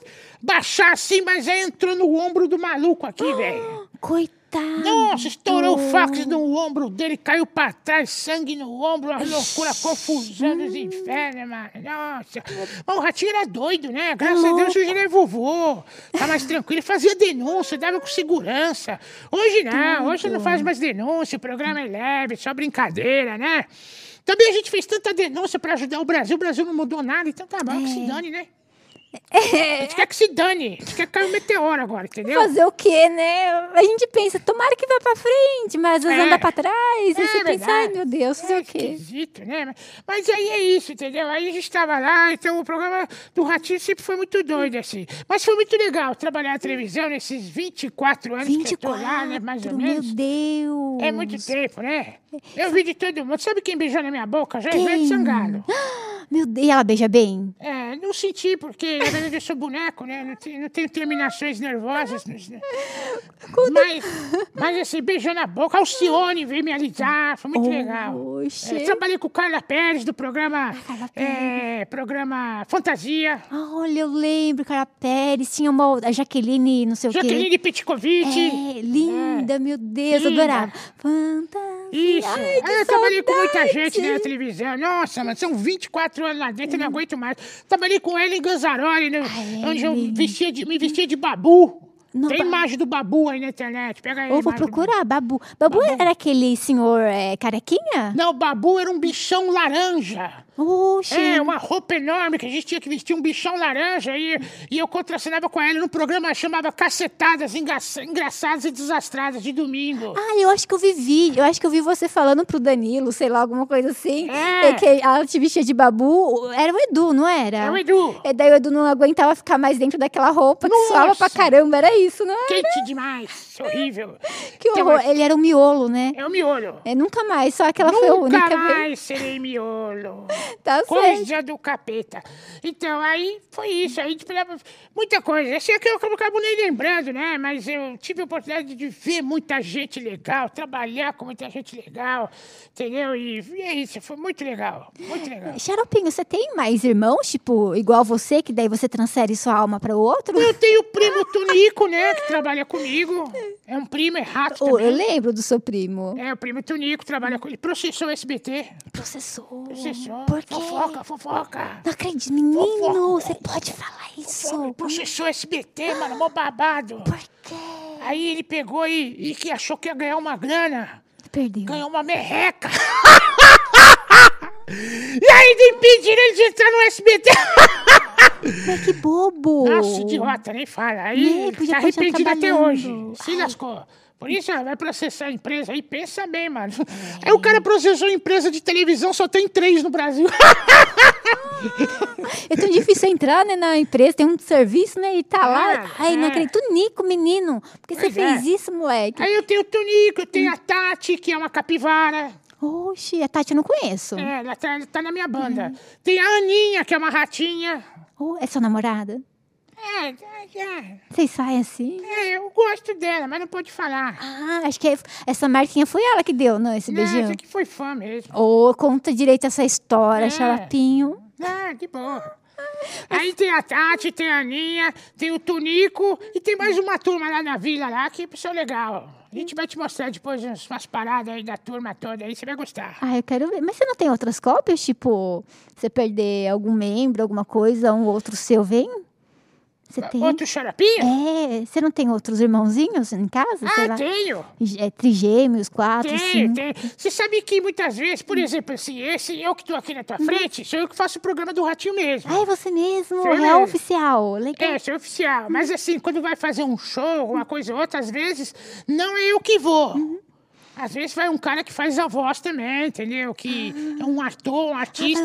Speaker 2: baixar assim, mas aí entrou no ombro do maluco aqui, velho.
Speaker 1: Coitado.
Speaker 2: Nossa, estourou o fax no ombro dele, caiu pra trás, sangue no ombro, uma loucura, confusão dos infernos, mano. Nossa. Mas o ratinho era doido, né? Graças a Deus hoje ele é vovô. Tá mais tranquilo. Fazia denúncia, dava com segurança. Hoje não, hoje não faz mais denúncia, o programa é leve, só brincadeira, né? Também a gente fez tanta denúncia pra ajudar o Brasil, o Brasil não mudou nada, então tá bom, que se dane, né? A gente quer que se dane, a gente quer que caia um meteoro agora, entendeu?
Speaker 1: Fazer o quê, né? A gente pensa, tomara que vá pra frente, mas às vezes
Speaker 2: É.
Speaker 1: anda pra trás.
Speaker 2: É
Speaker 1: e você pensa, ai
Speaker 2: verdade.
Speaker 1: meu Deus, fazer
Speaker 2: É
Speaker 1: o quê?
Speaker 2: esquisito, né? Mas- Mas aí é isso, entendeu? Aí a gente estava lá, então o programa do Ratinho sempre foi muito doido, assim. Mas foi muito legal trabalhar na televisão nesses 24 anos que eu tô
Speaker 1: 24,
Speaker 2: lá, né? Mais ou
Speaker 1: meu
Speaker 2: menos.
Speaker 1: Deus.
Speaker 2: É muito tempo, né? Eu vi de todo mundo. Sabe quem beijou na minha boca? Já Ivete
Speaker 1: Quem?
Speaker 2: Sangalo.
Speaker 1: *gasps* Meu Deus, e ela beija bem?
Speaker 2: É, não senti, porque na verdade eu sou boneco, né? Não tenho, não tenho terminações nervosas. nos- Mas, mas assim, beijou na boca. Alcione veio me alisar, foi
Speaker 1: Oh.
Speaker 2: muito É legal.
Speaker 1: Oxe.
Speaker 2: Eu É, trabalhei com Carla Pérez do programa,
Speaker 1: Ah, Carla
Speaker 2: é, programa Fantasia.
Speaker 1: Ah, Olha, eu lembro, Cara Pérez, tinha uma outra, a Jaqueline, não sei o quê.
Speaker 2: Jaqueline Petkovic.
Speaker 1: É, linda, meu Deus,
Speaker 2: Linda.
Speaker 1: adorava. Fantasia.
Speaker 2: Isso.
Speaker 1: Ai, que
Speaker 2: Aí eu trabalhei com muita
Speaker 1: saudade.
Speaker 2: gente na televisão. Nossa, mas são 24 anos lá dentro,
Speaker 1: É.
Speaker 2: eu não aguento mais. Trabalhei com Ellen Ganzaroli, né,
Speaker 1: Ai,
Speaker 2: onde
Speaker 1: Ah, é, Ellen.
Speaker 2: eu vestia de- me vestia de babu.
Speaker 1: Não,
Speaker 2: Tem
Speaker 1: ba-
Speaker 2: imagem do babu aí na internet. Pega aí. a
Speaker 1: Ou vou
Speaker 2: imagem do Babu.
Speaker 1: procurar, Babu. Babu era aquele senhor é, carequinha?
Speaker 2: Não, o babu era um bichão laranja.
Speaker 1: Oxi.
Speaker 2: É, uma roupa enorme que a gente tinha que vestir, um bichão laranja. E, e eu contracenava com ela num programa chamava Cacetadas Enga- Engraçadas e Desastradas de domingo.
Speaker 1: Ah, eu acho que eu vivi. Eu acho que eu vi você falando pro Danilo, sei lá, alguma coisa assim.
Speaker 2: É.
Speaker 1: É que ela te vestia de babu. Era o Edu, não era?
Speaker 2: É o Edu.
Speaker 1: E daí o Edu não aguentava ficar mais dentro daquela roupa que suava pra
Speaker 2: Nossa.
Speaker 1: caramba. Era isso, não é?
Speaker 2: Quente demais, horrível.
Speaker 1: Que
Speaker 2: Então,
Speaker 1: horror.
Speaker 2: mas-
Speaker 1: Ele era um miolo, né?
Speaker 2: É o miolo.
Speaker 1: É, nunca mais, só aquela foi a única
Speaker 2: Nunca
Speaker 1: vez.
Speaker 2: mais serei miolo.
Speaker 1: Tá certo.
Speaker 2: Coisa do capeta. Então, aí foi isso. Aí esperava muita coisa. Esse aqui eu acabo nem lembrando, né? Mas eu tive a oportunidade de ver muita gente legal, trabalhar com muita gente legal, entendeu? E é isso, foi muito legal. Muito legal.
Speaker 1: Xaropinho, você tem mais irmãos, tipo, igual você, que daí você transfere sua alma pra outro?
Speaker 2: Eu tenho o primo Tunico, né? Que trabalha comigo. É um primo, é rato
Speaker 1: Ou eu
Speaker 2: também.
Speaker 1: lembro do seu primo.
Speaker 2: É, o primo Tunico trabalha com ele. Processou o SBT.
Speaker 1: Processou.
Speaker 2: É Processou.
Speaker 1: Por quê?
Speaker 2: Fofoca, fofoca.
Speaker 1: Não acredito, menino,
Speaker 2: Fofoca.
Speaker 1: você pode falar isso?
Speaker 2: Fofoca. Processou o SBT, mano. Mó babado.
Speaker 1: Por quê?
Speaker 2: Aí ele pegou e, e que achou que ia ganhar uma grana.
Speaker 1: *laughs* Perdeu.
Speaker 2: Ganhou uma merreca. E ainda impediram ele de entrar no SBT.
Speaker 1: Mas que bobo.
Speaker 2: Nossa, idiota, nem fala. Aí
Speaker 1: Né, podia
Speaker 2: tá
Speaker 1: continuar
Speaker 2: arrependido até
Speaker 1: trabalhando.
Speaker 2: hoje. Se lascou. Por isso, ó, vai processar a empresa aí, pensa bem, mano. Aí o cara processou a empresa de televisão, só tem três
Speaker 1: *laughs*
Speaker 2: no Brasil.
Speaker 1: É tão difícil entrar, né, na empresa, tem um serviço, né, e tá lá.
Speaker 2: É,
Speaker 1: Ai, não
Speaker 2: é.
Speaker 1: acredito. Nico, menino, por que você
Speaker 2: Pois é.
Speaker 1: fez isso, moleque?
Speaker 2: Aí eu tenho o Tonico, eu tenho a Tati, que é uma capivara.
Speaker 1: Oxi, a Tati eu não conheço.
Speaker 2: É, ela tá, ela tá na minha banda.
Speaker 1: Uhum.
Speaker 2: Tem a Aninha, que é uma ratinha.
Speaker 1: Oh, é sua namorada?
Speaker 2: É, é,
Speaker 1: Vocês saem assim?
Speaker 2: é, é, eu gosto dela, mas não pode falar.
Speaker 1: Ah, acho que é- essa marquinha foi ela que deu, não, esse
Speaker 2: Não,
Speaker 1: beijinho.
Speaker 2: isso aqui foi fã mesmo.
Speaker 1: Ô, conta direito essa história,
Speaker 2: É.
Speaker 1: xarapinho.
Speaker 2: Ah, de boa. Aí tem a Tati, tem a Aninha, tem o Tonico e tem mais uma turma lá na vila lá que pessoal legal. A gente vai te mostrar depois uns- umas paradas aí da turma toda aí, você vai gostar.
Speaker 1: Ah, eu quero ver. Mas você não tem outras cópias? Tipo, você perder algum membro, alguma coisa, um outro seu vem? Você tem?
Speaker 2: Outro xaropinho?
Speaker 1: É, você não tem outros irmãozinhos em casa? É, sei
Speaker 2: Ah,
Speaker 1: lá?
Speaker 2: tenho!
Speaker 1: G- É, trigêmeos, quatro,
Speaker 2: Tem,
Speaker 1: cinco.
Speaker 2: tem. Você sabe que muitas vezes, por exemplo, assim, esse eu que tô aqui na tua
Speaker 1: Uhum.
Speaker 2: frente, sou eu que faço o programa do Ratinho mesmo.
Speaker 1: Ah, é você mesmo,
Speaker 2: Sou eu
Speaker 1: real
Speaker 2: mesmo.
Speaker 1: oficial. Legal.
Speaker 2: É, sou
Speaker 1: Uhum.
Speaker 2: oficial. Mas assim, quando vai fazer um show, alguma coisa ou outra, às vezes, não é eu que vou.
Speaker 1: Uhum.
Speaker 2: Às vezes vai um cara que faz a voz também, entendeu? Que é um ator, um artista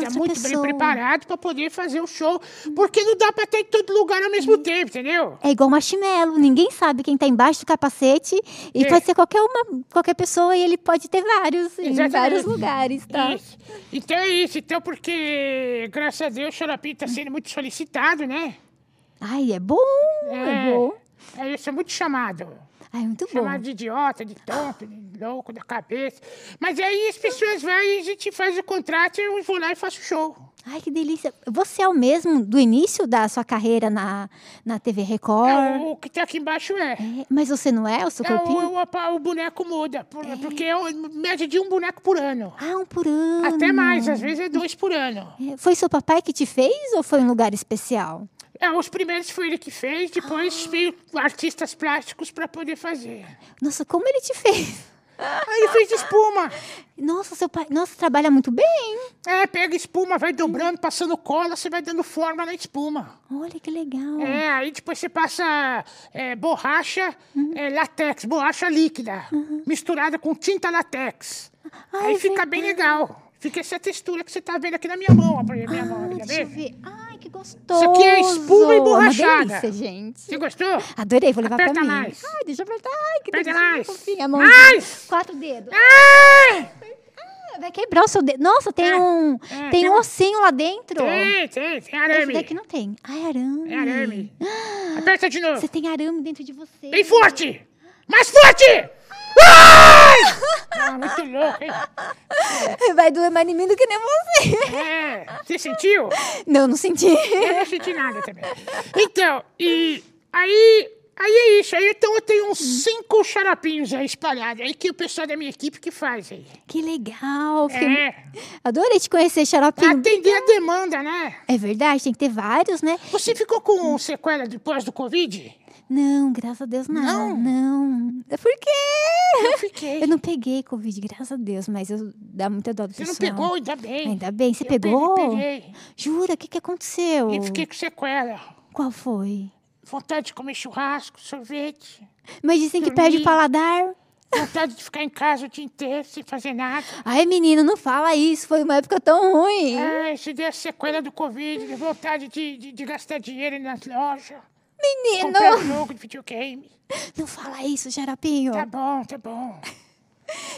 Speaker 1: Ah. outra
Speaker 2: muito
Speaker 1: pessoa. Uhum.
Speaker 2: bem preparado pra poder fazer o show. Porque não dá pra estar em todo lugar ao mesmo tempo, entendeu?
Speaker 1: É igual marshmallow, ninguém sabe quem tá embaixo do capacete e
Speaker 2: É.
Speaker 1: pode ser qualquer uma, qualquer pessoa e ele pode ter vários em
Speaker 2: Exatamente.
Speaker 1: vários lugares, tá?
Speaker 2: Isso. Então é isso. Então, porque, graças a Deus, o Xaropim tá sendo muito solicitado, né?
Speaker 1: Ai, é bom, é,
Speaker 2: É.
Speaker 1: bom.
Speaker 2: É, eu sou muito chamado.
Speaker 1: Ai, muito bom.
Speaker 2: Chamado de É um idiota, de tonto, de louco da cabeça. Mas aí as pessoas vão e a gente faz o contrato e eu vou lá e faço o show.
Speaker 1: Ai, que delícia. Você é o mesmo do início da sua carreira na, na TV Record?
Speaker 2: É, o que tá aqui embaixo é.
Speaker 1: É, mas você não é o seu
Speaker 2: É,
Speaker 1: corpinho?
Speaker 2: o, o- opa, o boneco muda, por- porque é o- média de um boneco por ano.
Speaker 1: Ah, um por ano.
Speaker 2: Até mais, às vezes é dois por ano.
Speaker 1: É, Foi seu papai que te fez ou foi um lugar especial?
Speaker 2: É, os primeiros foi ele que fez, depois veio artistas plásticos pra poder fazer.
Speaker 1: Nossa, como ele te fez?
Speaker 2: Aí ele fez de espuma.
Speaker 1: *laughs* Nossa, seu pai. Nossa, trabalha muito bem.
Speaker 2: É, pega espuma, vai dobrando, passando cola, você vai dando forma na espuma.
Speaker 1: Olha que legal.
Speaker 2: É, aí depois você passa é, borracha
Speaker 1: Uhum.
Speaker 2: é, latex, borracha líquida, misturada com tinta latex.
Speaker 1: Ah,
Speaker 2: aí
Speaker 1: é
Speaker 2: fica bem legal. Fica essa textura que você tá vendo aqui na minha mão, ó, pra minha mão, tá
Speaker 1: Deixa eu
Speaker 2: vendo?
Speaker 1: ver. Ai, que gostoso.
Speaker 2: aqui é espuma e
Speaker 1: Uma
Speaker 2: borrachada.
Speaker 1: delícia, gente.
Speaker 2: Você gostou?
Speaker 1: Adorei, vou levar pra
Speaker 2: Aperta
Speaker 1: mim.
Speaker 2: mais.
Speaker 1: Ai, deixa eu apertar. Ai, que
Speaker 2: Aperta
Speaker 1: delícia.
Speaker 2: mais.
Speaker 1: fofinha, a mãozinha.
Speaker 2: Mais.
Speaker 1: Quatro dedos.
Speaker 2: Ah!
Speaker 1: Ah, Vai quebrar o seu dedo. Nossa, tem
Speaker 2: É,
Speaker 1: um,
Speaker 2: é,
Speaker 1: tem
Speaker 2: tem
Speaker 1: um
Speaker 2: um-
Speaker 1: ossinho lá dentro.
Speaker 2: Tem, tem, tem
Speaker 1: Esse
Speaker 2: é arame.
Speaker 1: daqui não tem. Ai, arame.
Speaker 2: É arame. Aperta de novo.
Speaker 1: Você tem arame dentro de você.
Speaker 2: Bem forte! Mais forte! Ah! Ah, muito louco, hein?
Speaker 1: Vai doer mais em mim do que nem você. *laughs*
Speaker 2: É, você sentiu?
Speaker 1: Não, não senti.
Speaker 2: Eu não senti nada também. Então, e aí, aí é isso. Aí então eu tenho uns cinco xarapinhos aí espalhados. Aí que o pessoal da minha equipe que faz aí.
Speaker 1: Que legal. fiquei-
Speaker 2: É.
Speaker 1: Adorei te conhecer,
Speaker 2: Pra
Speaker 1: xaropinho.
Speaker 2: atender a demanda, né?
Speaker 1: É verdade, tem que ter vários, né?
Speaker 2: Você ficou com sequela depois do Covid?
Speaker 1: Não, graças a Deus não. Não?
Speaker 2: Não?
Speaker 1: Por quê?
Speaker 2: Eu fiquei.
Speaker 1: Eu não peguei Covid, graças a Deus, mas eu dá muita dó do
Speaker 2: Você não
Speaker 1: pessoal.
Speaker 2: pegou, ainda bem.
Speaker 1: Ainda bem, você
Speaker 2: Eu peguei,
Speaker 1: pegou?
Speaker 2: peguei.
Speaker 1: Jura, o que, que aconteceu?
Speaker 2: E fiquei com sequela.
Speaker 1: Qual foi?
Speaker 2: Vontade de comer churrasco, sorvete.
Speaker 1: Mas dizem que perde o
Speaker 2: Dormi.
Speaker 1: paladar.
Speaker 2: Vontade de ficar em casa o dia inteiro sem fazer nada.
Speaker 1: Ai, menino, não fala isso, foi uma época tão ruim.
Speaker 2: Ai, se der sequela do Covid, de vontade de, de, de gastar dinheiro nas lojas.
Speaker 1: menino,
Speaker 2: Comprar um jogo de videogame.
Speaker 1: não fala isso, xaropinho.
Speaker 2: Tá bom, tá bom.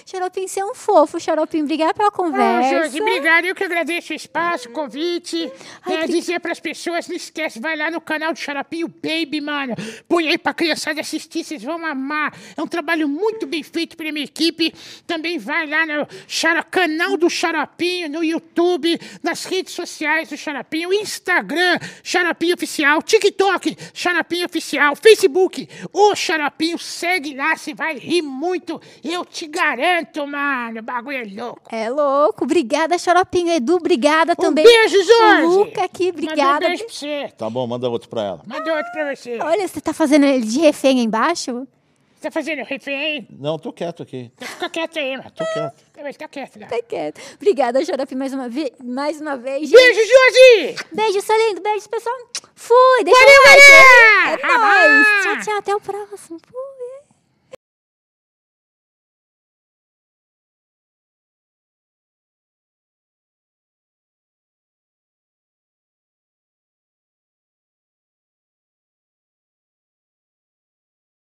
Speaker 1: Xaropinho, você é um fofo, xaropinho. Obrigada pela
Speaker 2: Ô,
Speaker 1: conversa.
Speaker 2: Ah, Jorge, obrigado. Eu que agradeço o espaço, o convite.
Speaker 1: Ai,
Speaker 2: É,
Speaker 1: que-
Speaker 2: Dizer pras pessoas, não esquece, vai lá no canal do Xarapinho Baby, mano. Põe aí pra criançada assistir, vocês vão amar. É um trabalho muito bem feito pela minha equipe. Também vai lá no Xara- canal do Xarapinho, no YouTube, nas redes sociais do Xarapinho, Instagram, Xarapinho Oficial, TikTok, Xarapinho Oficial, Facebook, o Xarapinho, segue lá, você vai rir muito. Eu te garanto, mano, o bagulho é louco.
Speaker 1: É louco. Obrigada, xaropinho. Edu, obrigada também.
Speaker 2: Um beijo, Jorge!
Speaker 1: O Luca aqui,
Speaker 2: Mandou um
Speaker 1: obrigada.
Speaker 2: beijo pra você.
Speaker 3: Tá bom, manda outro pra ela.
Speaker 2: Mandou outro pra você.
Speaker 1: Olha, você tá fazendo ele de refém aí embaixo?
Speaker 2: Tá fazendo refém?
Speaker 3: Não, tô quieto aqui.
Speaker 2: Fica quieto aí, mano.
Speaker 3: Tô quieto.
Speaker 2: Fica quieto, né?
Speaker 1: Tá quieto. Obrigada, Xarope, mais uma, ve- mais uma vez. gente.
Speaker 2: Beijo, Josi!
Speaker 1: Beijo, seu lindo. Beijo, pessoal. Fui. Deixa
Speaker 2: Valeu,
Speaker 1: o like.
Speaker 2: galera!
Speaker 1: É nóis.
Speaker 2: Abraço!
Speaker 1: Tchau, tchau. Até o próximo. Fui.